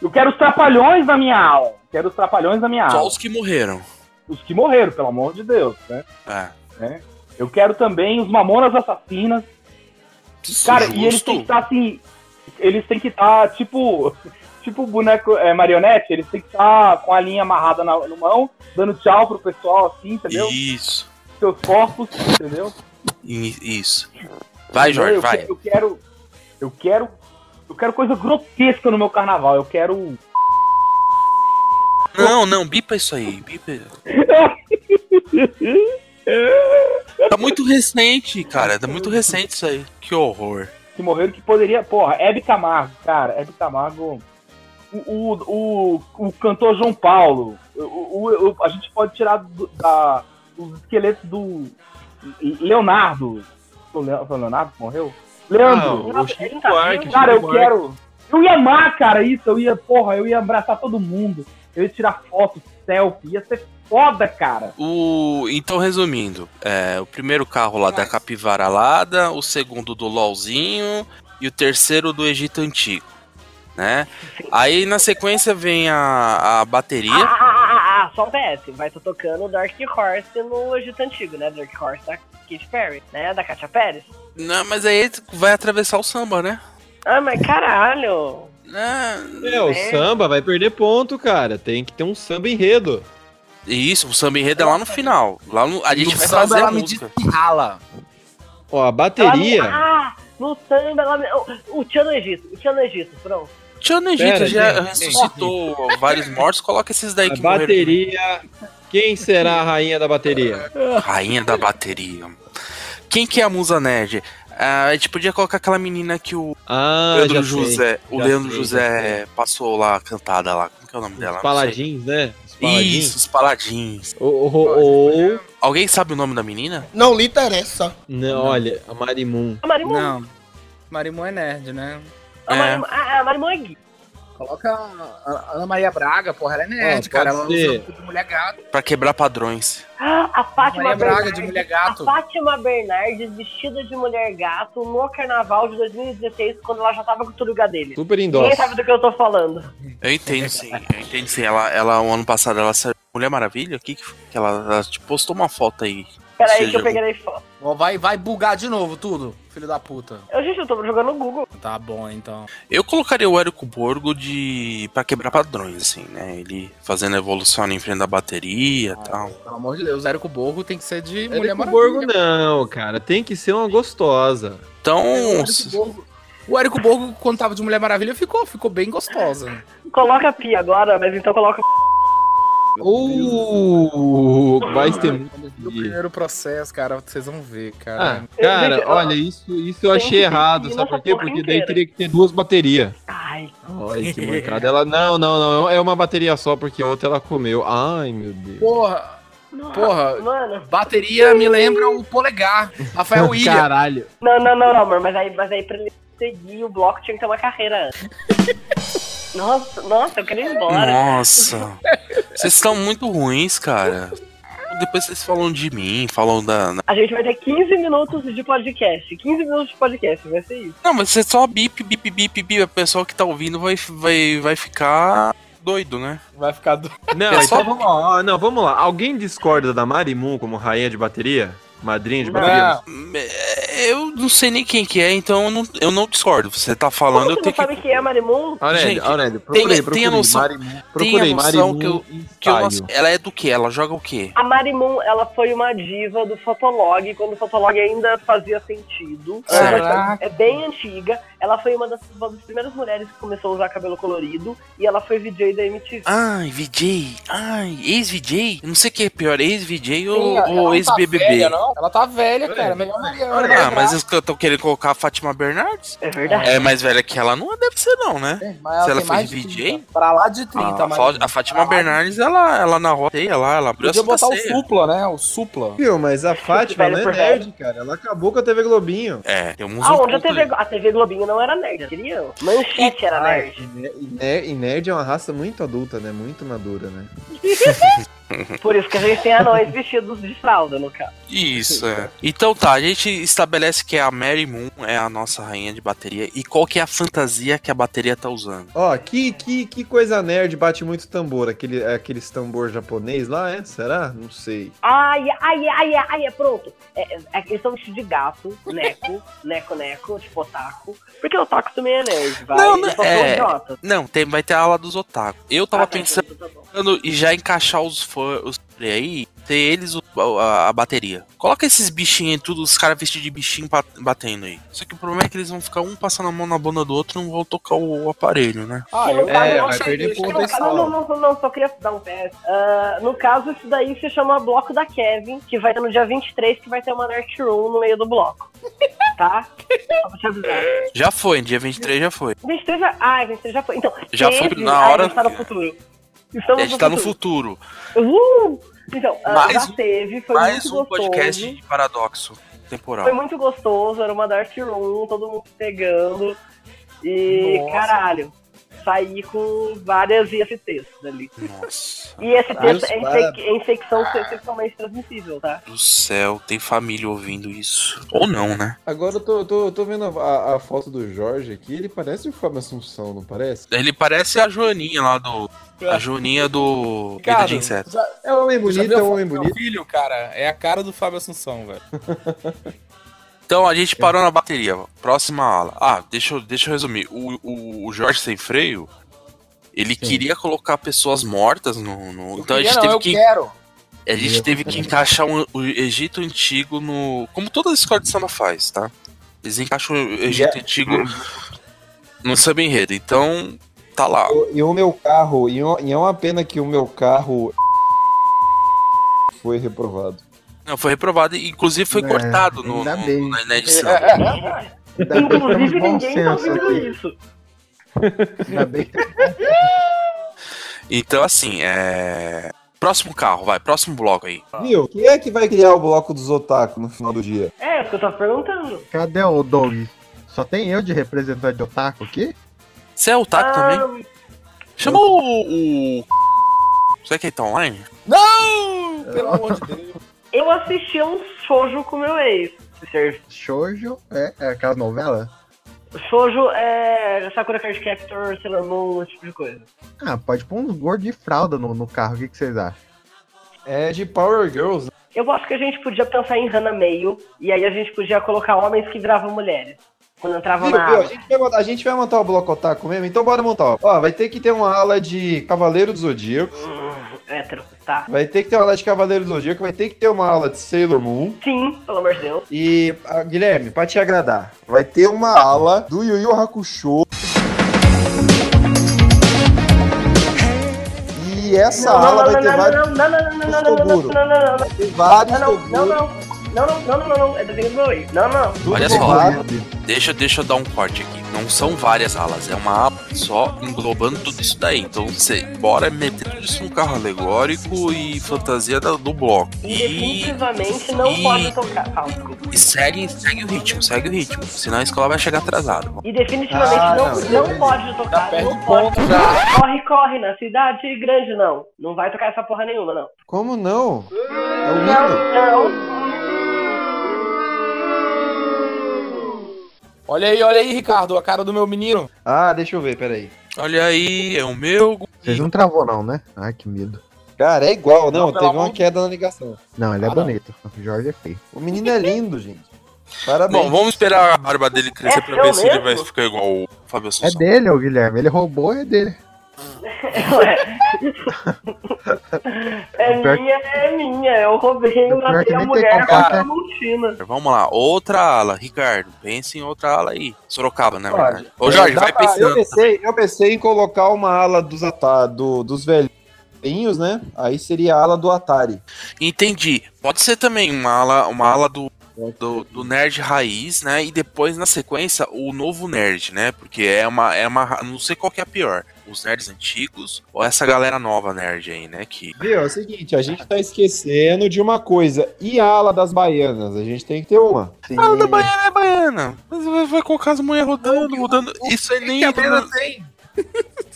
Speaker 13: Eu quero os trapalhões na minha aula. Quero os trapalhões na minha
Speaker 5: Só
Speaker 13: aula.
Speaker 5: os que morreram.
Speaker 13: Os que morreram, pelo amor de Deus, né?
Speaker 5: É.
Speaker 13: né? Eu quero também os Mamonas Assassinas. Cara, e eles
Speaker 5: justo.
Speaker 13: têm que estar assim. Eles têm que estar, tipo. Tipo boneco é, marionete, eles têm que estar com a linha amarrada na, no mão, dando tchau pro pessoal, assim, entendeu?
Speaker 5: Isso.
Speaker 13: Seus corpos, entendeu?
Speaker 5: I- Isso. Vai, Jorge,
Speaker 13: eu,
Speaker 5: vai.
Speaker 13: Eu quero. Eu quero. Eu quero coisa grotesca no meu carnaval. Eu quero.
Speaker 5: Não, não, bipa isso aí. Bipa. Tá muito recente, cara. Tá muito recente isso aí. Que horror.
Speaker 13: que morreram que poderia. Porra, Hebe Camargo, cara, Hebe Camargo. O, o, o, o cantor João Paulo. O, o- o- a gente pode tirar do- da, os esqueletos do. Leonardo. O Le- foi o Leonardo que morreu? Leandro.
Speaker 14: Não, o Chico
Speaker 13: Cara,
Speaker 14: Buarque,
Speaker 13: eu
Speaker 14: Chico Buarque.
Speaker 13: quero. Eu ia amar, cara, isso. Eu ia, porra, eu ia abraçar todo mundo. Eu ia tirar foto, selfie. Ia ser foda, cara.
Speaker 5: O... Então, resumindo, é, o primeiro carro lá da Capivara Alada, o segundo do LOLzinho e o terceiro do Egito Antigo, né? Aí na sequência vem a, a
Speaker 14: Ah,
Speaker 5: bateria.
Speaker 14: ah, ah, ah, ah, só um PS. Vai tô tocando Dark Horse no Egito Antigo, né? Dark Horse da Katy Perry, né? Da Katy Perry.
Speaker 5: Não, né? mas aí vai atravessar o samba, né?
Speaker 14: Ah, mas caralho. Né?
Speaker 15: É, o samba vai perder ponto, cara. Tem que ter um samba enredo.
Speaker 5: Isso, o samba enredo é lá no final. Lá no- a gente vai
Speaker 15: samba
Speaker 5: fazer a
Speaker 15: ela me
Speaker 5: música.
Speaker 15: Ó, a bateria.
Speaker 14: Ah, no samba. Ela... O, o Tchan no Egito. O Tchan no Egito, pronto.
Speaker 5: Tchan no Egito já ressuscitou vários mortos, coloca esses daí
Speaker 15: A
Speaker 5: que morreram.
Speaker 15: bateria. Quem será a rainha da bateria?
Speaker 5: Rainha da bateria. Quem que é a musa nerd? Ah, a gente podia colocar aquela menina que o
Speaker 15: Ah,
Speaker 5: Leandro
Speaker 15: já
Speaker 5: José,
Speaker 15: sei,
Speaker 5: o
Speaker 15: já
Speaker 5: Leandro
Speaker 15: sei,
Speaker 5: José
Speaker 15: já
Speaker 5: passou lá a cantada lá. Como que é o nome dela? Não
Speaker 15: Paladins, né? Os paladins.
Speaker 5: Isso, os paladins. Alguém sabe o nome da menina?
Speaker 21: Não lhe interessa.
Speaker 15: Não, olha, a Marimun.
Speaker 14: Marimun.
Speaker 21: Não. Marimun é nerd, né?
Speaker 5: É. Marimun-
Speaker 14: Ah, Marimun é gay.
Speaker 21: Coloca a a Ana Maria Braga, porra, ela é nerd,
Speaker 5: Ó, pode
Speaker 21: cara. Ela
Speaker 5: ser.
Speaker 21: usa de mulher gato.
Speaker 5: Pra quebrar padrões.
Speaker 14: Ah, a Fátima
Speaker 21: Maria Braga,
Speaker 14: Bernardes,
Speaker 21: de mulher gato.
Speaker 14: A Fátima Bernardes vestida de mulher gato no carnaval de 2016, quando ela já tava com o turuga dele.
Speaker 5: Super endossa.
Speaker 14: Ninguém sabe do que eu tô falando.
Speaker 5: Eu entendo
Speaker 14: É,
Speaker 5: sim, eu entendo sim. Ela, ela o ano passado, ela saiu Mulher Maravilha? O que que foi? que ela, ela te postou uma foto aí?
Speaker 14: Peraí
Speaker 5: Seja,
Speaker 14: que eu peguei foto.
Speaker 21: Ó, vai, vai bugar de novo tudo, filho da puta.
Speaker 14: Eu, gente, eu tô jogando no Google.
Speaker 21: Tá bom, então.
Speaker 5: Eu colocaria o Érico Borgo de pra quebrar padrões, assim, né? Ele fazendo a evolução em frente da bateria e tal.
Speaker 21: Ah, Pelo amor de Deus, Érico Borgo tem que ser de mulher
Speaker 15: Mulher
Speaker 21: maravilha.
Speaker 15: Borgo não, cara. Tem que ser uma gostosa.
Speaker 5: Então.
Speaker 21: O Érico Borgo- O Érico Borgo, quando tava de Mulher Maravilha, ficou, ficou bem gostosa.
Speaker 14: Coloca pi agora, mas então coloca.
Speaker 15: Uh, vai ter muito.
Speaker 21: No primeiro processo, cara, vocês vão ver, cara.
Speaker 15: Ah, cara, olha, isso, isso eu
Speaker 21: tem que
Speaker 15: achei errado,
Speaker 21: seguir
Speaker 15: sabe
Speaker 21: nossa
Speaker 15: por quê?
Speaker 21: porra
Speaker 15: Porque daí
Speaker 21: inteira.
Speaker 15: teria que ter duas baterias.
Speaker 14: Ai.
Speaker 15: Olha que mancada. Ela, não, não, não, é uma bateria só, porque a outra ela comeu. Ai, meu Deus.
Speaker 21: Porra! Porra,
Speaker 14: Mano.
Speaker 21: bateria me lembra o polegar. Rafael William.
Speaker 15: Caralho.
Speaker 14: Não, não, não, não, amor, mas aí, mas aí pra ele seguir o bloco tinha que ter uma carreira antes. nossa, nossa, eu queria ir embora.
Speaker 5: Nossa. Vocês estão muito ruins, cara. Depois vocês falam de mim, falam da. da-
Speaker 14: A gente vai ter 15 minutos de podcast. 15 minutos de podcast, vai ser isso.
Speaker 5: é Não, mas você só bip, bip, bip, bip. O pessoal que tá ouvindo vai, vai, vai ficar doido, né?
Speaker 20: Vai ficar doido.
Speaker 15: Não,
Speaker 5: É
Speaker 15: então
Speaker 5: só-
Speaker 15: vamos lá. ó, Não, vamos lá. Alguém discorda da Marimun como rainha de bateria? Madrinha de bateria?
Speaker 5: É, Eu não sei nem quem que é, então eu não, eu não discordo. Você tá falando, eu
Speaker 14: Você não
Speaker 5: tenho que.
Speaker 14: sabe quem é Marimun?
Speaker 5: Gente,
Speaker 15: Aurélio, Aurélio, procurei,
Speaker 5: tem,
Speaker 15: procurei.
Speaker 5: tem a noção,
Speaker 15: Mari-
Speaker 5: tem
Speaker 21: é?
Speaker 15: procurei
Speaker 5: a noção
Speaker 15: Marimun
Speaker 5: que eu, que eu não-
Speaker 15: ensaio.
Speaker 5: Ela é do que? Ela joga o quê?
Speaker 14: A Marimun, ela foi uma diva do Fotolog, quando o Fotolog ainda fazia sentido.
Speaker 5: Caraca.
Speaker 14: É bem antiga. Ela foi uma das, uma das primeiras mulheres que começou a usar cabelo colorido. E ela foi VJ da MTV.
Speaker 5: Ai, VJ. Ai, ex-VJ. Eu Não sei o que é pior, ex-VJ
Speaker 21: Sim,
Speaker 5: ou,
Speaker 21: ela
Speaker 5: ou
Speaker 21: não tá
Speaker 5: ex-BBB.
Speaker 21: velha, não? Ela tá velha, cara. Melhor Mariana.
Speaker 5: ah, mas eles estão querendo colocar a Fátima Bernardes?
Speaker 14: É
Speaker 21: verdade.
Speaker 5: É mais velha que ela, não deve ser, não, né?
Speaker 21: É, mas ela
Speaker 5: Se ela
Speaker 21: tem
Speaker 5: foi
Speaker 21: mais
Speaker 5: de
Speaker 21: de
Speaker 5: VJ.
Speaker 21: Pra lá de 30,
Speaker 5: Tá, A,
Speaker 21: mas.
Speaker 5: Fá- a Fátima Bernardes, ela, ela narrou a ceia lá, ela abriu
Speaker 21: Podia
Speaker 5: a
Speaker 21: botar o
Speaker 5: ceia.
Speaker 21: supla, né? O supla.
Speaker 15: Viu, mas a Fátima
Speaker 14: Velho
Speaker 15: não é
Speaker 14: por
Speaker 15: nerd, cara. Ela acabou com a TV Globinho.
Speaker 5: É, tem uns.
Speaker 14: Aonde Ah, a TV, Glo- a TV Globinho não era nerd, queria? Manchete era nerd.
Speaker 15: E ner- e nerd é uma raça muito adulta, né? Muito madura, né?
Speaker 14: Por isso que a gente tem anões vestidos de fralda, no caso.
Speaker 5: Isso, é. Então tá, a gente estabelece que a Mary Moon é a nossa rainha de bateria. E qual que é a fantasia que a bateria tá usando?
Speaker 15: Ó, que, que, que coisa nerd bate muito tambor. Aquele, aqueles tambor japonês lá, é? Será? Não sei.
Speaker 14: Ai, ai, ai, ai, é pronto. É, é, eles estão vestidos de gato, neco, neco, neco, tipo otaku. Porque otaku também é nerd, vai.
Speaker 5: não, não,
Speaker 14: Eles só são
Speaker 5: é,
Speaker 14: idiotas.
Speaker 5: não tem, vai ter a aula dos otaku. Eu tava
Speaker 14: Ah, tá,
Speaker 5: pensando e já encaixar os fãs os fãs aí, ter eles o- a, a bateria. Coloca esses bichinhos aí, tudo, os caras vestidos de bichinho bat- batendo aí. Só que o problema é que eles vão ficar um passando a mão na bunda do outro e não vão tocar o, o aparelho, né?
Speaker 14: Que no caso- não, não,
Speaker 15: perder
Speaker 14: não,
Speaker 15: ponto
Speaker 14: não,
Speaker 15: da escola.
Speaker 14: Não, não, não, não, só queria dar um pé. Ah, no caso, isso daí se chama Bloco da Kevin, que vai ter no dia 23, que vai ter uma Nerd Room no meio do bloco. Tá? Só pra te avisar.
Speaker 5: Já foi, dia 23 já foi.
Speaker 14: 23 já... Ah, 23 já foi. Então,
Speaker 5: Já foi
Speaker 14: teve-
Speaker 5: na
Speaker 14: Ah,
Speaker 5: hora-
Speaker 14: A gente tá no futuro. Estamos
Speaker 5: a gente tá no futuro.
Speaker 14: Uh! Então, ah,
Speaker 5: Mais
Speaker 14: já
Speaker 5: um-
Speaker 14: teve, foi
Speaker 5: Mais
Speaker 14: muito
Speaker 5: um
Speaker 14: gostoso.
Speaker 5: podcast de paradoxo temporal.
Speaker 14: Foi muito gostoso, era uma Dark Room, todo mundo pegando. E
Speaker 5: Nossa.
Speaker 14: caralho, saí com várias IFTs dali.
Speaker 5: Nossa.
Speaker 14: E esse
Speaker 5: Meus
Speaker 14: texto é, inse
Speaker 5: parabéns.
Speaker 14: é infecção se- sexualmente transmissível, tá?
Speaker 5: do céu, tem família ouvindo isso. Ou não, né?
Speaker 15: Agora eu tô, tô, tô vendo a, a- a foto do Jorge aqui. Ele parece o Fábio Assunção, não parece?
Speaker 5: Ele parece a Joaninha lá do. A Joaninha do. Vida de Inseto.
Speaker 15: É um homem
Speaker 5: bonito, é um homem
Speaker 20: bonito. filho, cara, é a cara do Fábio Assunção, velho.
Speaker 5: Então a gente parou na bateria. Próxima aula. Ah, deixa eu, deixa eu resumir. O, o, o Jorge Sem Freio, ele queria colocar pessoas mortas no. no- Então a
Speaker 21: Queria
Speaker 5: gente
Speaker 21: não,
Speaker 5: teve
Speaker 21: eu
Speaker 5: que.
Speaker 21: quero.
Speaker 5: A gente teve que encaixar um- o Egito Antigo no. Como toda a escola de samba faz, tá? Eles encaixam o Egito
Speaker 15: é-
Speaker 5: Antigo no samba enredo. Então, tá lá.
Speaker 15: E o meu carro, e, o- e é uma pena que o meu carro foi reprovado.
Speaker 5: Não, foi reprovado, e, inclusive foi
Speaker 15: É,
Speaker 5: cortado no,
Speaker 15: ainda
Speaker 5: no-
Speaker 15: bem.
Speaker 5: na, na edição.
Speaker 14: Inclusive,
Speaker 8: bom
Speaker 14: ninguém tá
Speaker 8: senso
Speaker 14: ouvindo
Speaker 8: aqui.
Speaker 14: isso.
Speaker 5: Então, assim, é. Próximo carro, vai, próximo bloco aí.
Speaker 15: Viu? Quem é que vai criar o bloco dos otaku no final do dia?
Speaker 14: É, é o que eu tava perguntando.
Speaker 8: Cadê é o Doug? Só tem eu de representante de otaku aqui?
Speaker 5: Você é o Taco
Speaker 14: Ah,
Speaker 5: também? Chama o. o... Será que ele tá online?
Speaker 14: Não! Pelo amor de Deus. Eu assisti um shoujo com meu ex.
Speaker 8: Shoujo é, é aquela novela?
Speaker 14: Shoujo é Sakura Card Captor, Sailor Moon, esse tipo de coisa.
Speaker 8: Ah, pode pôr uns gordos de fralda no, no carro, o que, que vocês acham?
Speaker 15: É de Power Girls.
Speaker 14: Eu acho que a gente podia pensar em Hannah Meio, e aí a gente podia colocar homens que viravam mulheres. Quando entravam
Speaker 15: Viu,
Speaker 14: na
Speaker 15: viu? A,
Speaker 14: água.
Speaker 15: gente vai montar, a gente vai montar o bloco otaku mesmo, então bora montar. Ó, Ó, vai ter que ter uma ala de Cavaleiro do Zodíaco,
Speaker 14: Hétero, tá?
Speaker 15: vai ter que ter uma ala de Cavaleiro do Zodíaco, vai ter que ter uma ala de Sailor Moon.
Speaker 14: Sim, pelo amor de Deus.
Speaker 15: E, ah, Guilherme, pra te agradar, vai ter uma ala do Yu Yu Hakusho. E essa
Speaker 14: Não, não,
Speaker 15: ala
Speaker 14: não,
Speaker 15: vai
Speaker 14: não,
Speaker 15: ter vários...
Speaker 14: não, não, não, não, não, não, não, não, não, não, não, não, não.
Speaker 15: vários
Speaker 14: Não, não, não, não. Não, não, não, não, não, é desenho do meu ex. Não, não.
Speaker 5: Olha
Speaker 15: bem,
Speaker 5: só,
Speaker 15: claro.
Speaker 5: deixa, deixa eu dar um corte aqui. Não são várias alas, é uma ala só englobando tudo isso daí. Então, você bora meter tudo isso no carro alegórico e fantasia da- do bloco.
Speaker 14: Definitivamente não pode tocar. Ah, desculpa.
Speaker 5: E segue, segue o ritmo, segue o ritmo. Senão a escola vai chegar atrasada.
Speaker 14: E definitivamente
Speaker 5: Ah,
Speaker 14: não,
Speaker 5: não.
Speaker 14: não pode tocar. Não pode. Corre, corre na cidade grande, não. Não vai tocar essa porra nenhuma, não.
Speaker 15: Como não? É
Speaker 14: Não, não.
Speaker 21: Olha aí, olha aí, Ricardo, a cara do meu menino.
Speaker 15: Ah, deixa eu ver, peraí.
Speaker 5: Olha aí, é o meu
Speaker 8: Vocês não travou, não, né? Ai, que medo.
Speaker 15: Cara, é igual, não.
Speaker 8: Não, pelo
Speaker 15: teve uma
Speaker 8: amor de-
Speaker 15: queda na ligação.
Speaker 8: Não, ele é
Speaker 15: Ah, não.
Speaker 8: bonito. O Jorge é feio.
Speaker 15: O menino é lindo, gente. Parabéns.
Speaker 5: Tá Bom, vamos esperar a barba dele
Speaker 14: É
Speaker 5: crescer pra
Speaker 15: eu
Speaker 5: ver se ele
Speaker 15: mesmo?
Speaker 5: vai ficar igual o Fábio
Speaker 8: É
Speaker 5: Assunção.
Speaker 8: dele, ô Guilherme. Ele roubou, é dele.
Speaker 14: É
Speaker 5: O pior que-
Speaker 14: minha, é minha. Eu roubei, eu
Speaker 5: pior que
Speaker 14: matei
Speaker 5: nem
Speaker 14: a
Speaker 5: tem
Speaker 14: mulher com
Speaker 5: contato,
Speaker 14: a
Speaker 5: né?
Speaker 14: Montina.
Speaker 5: Vamos lá, outra ala. Ricardo, pense em outra ala aí. Sorocaba, né?
Speaker 15: Olha,
Speaker 5: verdade? Ô, Jorge,
Speaker 15: é, dá
Speaker 5: vai
Speaker 15: pra- Eu
Speaker 5: pensando.
Speaker 15: pensei, eu pensei em colocar uma ala dos, ata, do, dos velhinhos, né? Aí seria a ala do Atari.
Speaker 5: Entendi. Pode ser também uma ala, uma ala do, do, do nerd raiz, né? E depois, na sequência, o novo nerd, né? Porque é uma, é uma. Não sei qual que é a pior. Os nerds antigos ou essa galera nova nerd aí, né? Que.
Speaker 15: Viu? É o seguinte, a gente tá esquecendo de uma coisa. E a ala das baianas? A gente tem que ter uma.
Speaker 5: A
Speaker 8: Ah,
Speaker 5: ala da baiana é baiana. Mas vai- vai colocar as mulheres rodando, rodando. Isso aí nem.
Speaker 21: que a baiana
Speaker 5: tem?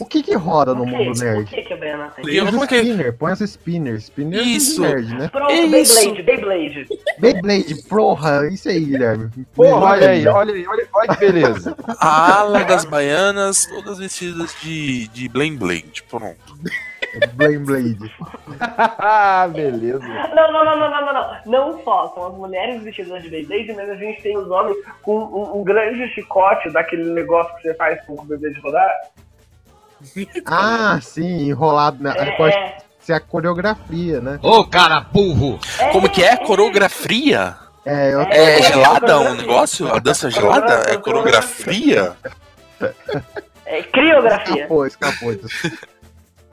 Speaker 8: O que que roda no mundo
Speaker 14: O
Speaker 8: nerd?
Speaker 14: que, que a Baiana tem?
Speaker 8: Põe os spinner, põe os spinner. Spinner é
Speaker 14: Isso.
Speaker 8: nerd, né?
Speaker 14: Pronto,
Speaker 15: Isso.
Speaker 14: Beyblade, Beyblade.
Speaker 8: Beyblade, porra. Isso aí, Guilherme.
Speaker 15: Porra,
Speaker 8: Melhor
Speaker 15: olha aí,
Speaker 8: ainda.
Speaker 15: olha aí, olha, olha que beleza.
Speaker 5: A ala das baianas, todas vestidas de, de tipo, blém blém. Pronto.
Speaker 8: Blame Blade.
Speaker 15: Ah, beleza.
Speaker 14: Não, não, não, não, não, não, não. Não só são as mulheres vestidas de Beyblade, mas a gente tem os homens com um, um grande chicote daquele negócio que você faz com o bebê de rodar.
Speaker 8: Ah, sim, enrolado. Né?
Speaker 14: É.
Speaker 8: Pode ser a coreografia, né?
Speaker 5: Ô, cara burro! Como que é? Coreografia?
Speaker 8: É, eu...
Speaker 5: É gelada o negócio? A dança gelada? É coreografia?
Speaker 14: É criografia.
Speaker 8: Escapou, escapou.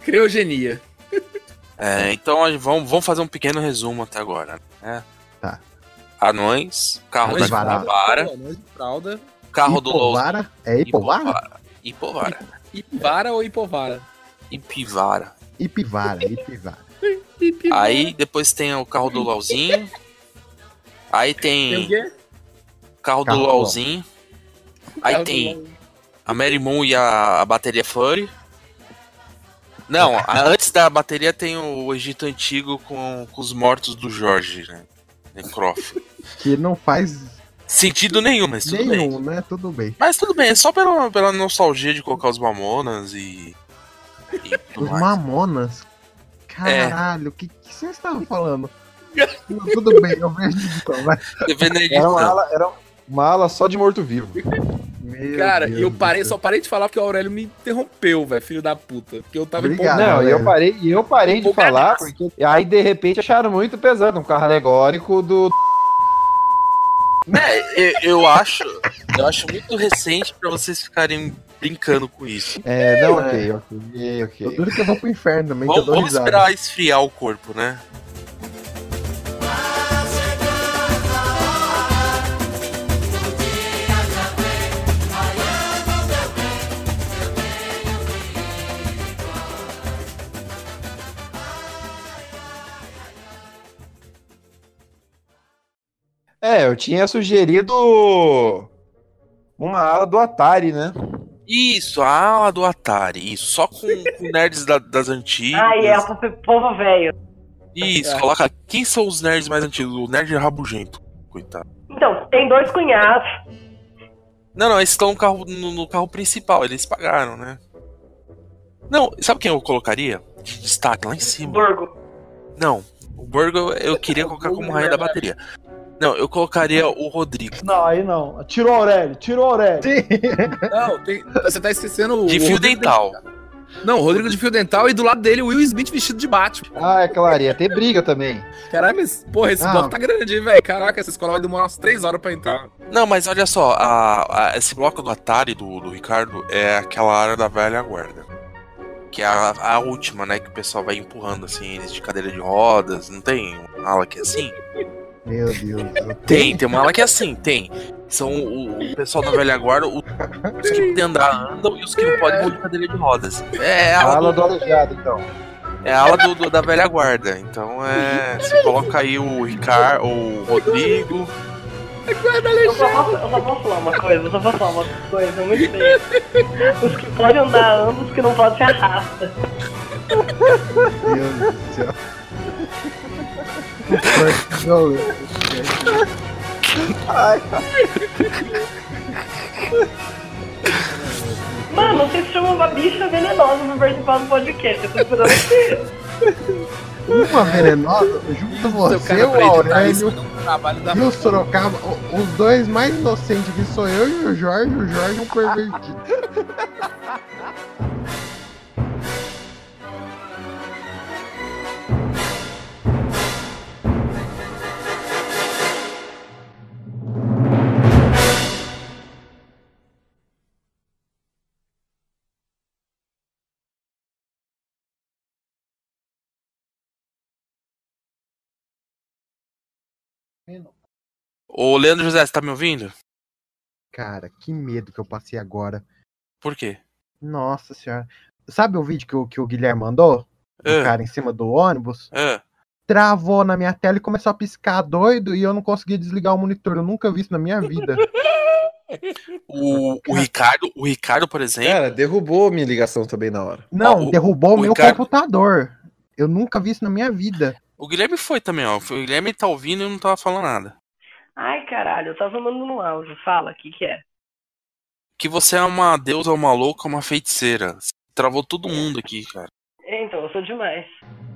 Speaker 21: Criogenia.
Speaker 5: É, então a gente- vamos, vamos fazer um pequeno resumo até agora. Né?
Speaker 8: Tá.
Speaker 5: Anões, carro
Speaker 8: Anões
Speaker 5: da
Speaker 8: varado.
Speaker 5: Guanabara,
Speaker 21: Anões de fralda.
Speaker 5: carro do Lousada.
Speaker 8: Ipovara? É Ipovara?
Speaker 5: Ipovara.
Speaker 21: Ipivara ou Ipovara?
Speaker 5: Ipivara.
Speaker 8: Ipivara, Ipivara.
Speaker 5: Aí depois tem o carro do Lauzinho. Aí
Speaker 21: Tem o
Speaker 5: tem
Speaker 21: quê?
Speaker 5: carro
Speaker 21: Carro
Speaker 5: do
Speaker 21: do
Speaker 5: LOLzinho. Aí
Speaker 21: Carro do
Speaker 5: tem a Mary Moon e a, a bateria Fury. Não, a- antes da bateria tem o Egito Antigo com, com os mortos do Jorge, né? Necrófilo.
Speaker 8: Que não faz
Speaker 5: Sentido nenhum, mas tudo bem.
Speaker 8: nenhum, né? Tudo bem.
Speaker 5: Mas tudo bem, é só pela, pela nostalgia de colocar os mamonas e. e tudo
Speaker 8: Os
Speaker 5: mais.
Speaker 8: Mamonas?
Speaker 5: É.
Speaker 8: Caralho, o que que vocês estavam falando? Não, tudo bem, eu vejo então, vai.
Speaker 5: Você vê na
Speaker 15: Era
Speaker 5: edição.
Speaker 15: uma ala, era uma ala só de morto-vivo.
Speaker 21: Cara,
Speaker 15: Deus
Speaker 21: e eu
Speaker 15: do
Speaker 21: parei, só parei de falar porque o Aurélio me interrompeu, velho, filho da puta. Porque eu tava
Speaker 15: Obrigado, né? não, e eu parei, e eu parei de
Speaker 21: Empolgadaço.
Speaker 15: falar, porque aí de repente acharam muito pesado um carro alegórico do.
Speaker 5: É, eu, eu acho. Eu acho muito recente pra vocês ficarem brincando com isso.
Speaker 15: É, não, ok, ok, ok.
Speaker 8: né? Duro que eu vou pro inferno também, que eu
Speaker 5: Vamos,
Speaker 8: dou
Speaker 5: vamos
Speaker 8: risada.
Speaker 5: esperar esfriar o corpo, né?
Speaker 15: É, eu tinha sugerido uma ala do Atari, né?
Speaker 5: Isso, a ala do Atari. Isso, só com, com nerds da- das antigas.
Speaker 14: Ai, é, o povo velho.
Speaker 5: Isso, coloca. Quem são os nerds mais antigos? O nerd rabugento, coitado.
Speaker 14: Então, tem dois cunhados.
Speaker 5: Não, não, eles estão no carro, no, no carro principal, eles pagaram, né? Não, sabe quem eu colocaria? De destaque lá em cima.
Speaker 14: Borgo.
Speaker 5: Não, o Borgo eu queria colocar como rainha da bateria. Não, eu colocaria o Rodrigo.
Speaker 22: Não, aí não. Tirou o Aurélio, tirou o Aurélio.
Speaker 21: Não, tem- você tá esquecendo o.
Speaker 5: De
Speaker 21: o
Speaker 5: fio
Speaker 21: Rodrigo
Speaker 5: dental.
Speaker 21: Não, o Rodrigo de fio dental e do lado dele o Will Smith vestido de Batman.
Speaker 15: Ah, é claro, ia ter briga também.
Speaker 21: Caralho, mas, porra, esse
Speaker 5: Ah.
Speaker 21: bloco tá grande, velho. Caraca, essa escola vai demorar umas 3 horas pra entrar.
Speaker 5: Não, mas olha só, a- a- esse bloco do Atari do, do Ricardo é aquela área da velha guarda. Que é a, a última, né? Que o pessoal vai empurrando assim, eles de cadeira de rodas. Não tem uma ala que é assim?
Speaker 8: Meu Deus.
Speaker 5: Tem, tem uma ala que é assim, tem. São o, o pessoal da velha guarda, o- os que podem andar andam e os que não podem vão de cadeira de rodas. É a
Speaker 15: A ala
Speaker 5: ala,
Speaker 15: do
Speaker 5: do,
Speaker 15: aleijado, então.
Speaker 5: é a ala do- do- da velha guarda. Então é. Você coloca aí o Ricardo, o Rodrigo.
Speaker 14: Eu só, posso, eu só posso falar uma coisa, eu só posso falar uma coisa, muito bem. Os que podem andar andam, os que não podem se arrasta.
Speaker 8: Meu Deus do céu. Não, meu Deus do céu.
Speaker 14: Ai, Mano, vocês chamam uma bicha venenosa pra participar do podcast. Eu tô esperando vocês.
Speaker 8: Uma venenosa junto você,
Speaker 20: cara
Speaker 8: o
Speaker 20: preto
Speaker 8: Aurélio
Speaker 20: tá O trabalho da
Speaker 8: e o Sorocaba. o- Os dois mais inocentes que sou eu e o Jorge. O Jorge é um pervertido.
Speaker 5: Ô, Leandro José, você tá me ouvindo?
Speaker 8: Cara, que medo que eu passei agora.
Speaker 5: Por quê?
Speaker 8: Nossa senhora. Sabe o vídeo que o, que o Guilherme mandou? Do
Speaker 5: É.
Speaker 8: cara em cima do ônibus?
Speaker 5: Ah,
Speaker 8: Travou na minha tela e começou a piscar doido e eu não conseguia desligar o monitor. Eu nunca vi isso na minha vida.
Speaker 5: o, o Ricardo, o Ricardo, por exemplo.
Speaker 15: Cara, derrubou minha ligação também na hora.
Speaker 8: Não, derrubou o, meu
Speaker 5: Ricardo-
Speaker 8: computador. Eu nunca vi isso na minha vida.
Speaker 5: O Guilherme foi também, ó. O Guilherme tá ouvindo e não tava falando nada.
Speaker 14: Ai, caralho, eu tava mandando um áudio. Fala, o que que é?
Speaker 5: Que você é uma deusa, uma louca, uma feiticeira. Travou todo mundo aqui, cara.
Speaker 14: É, Então, eu sou demais.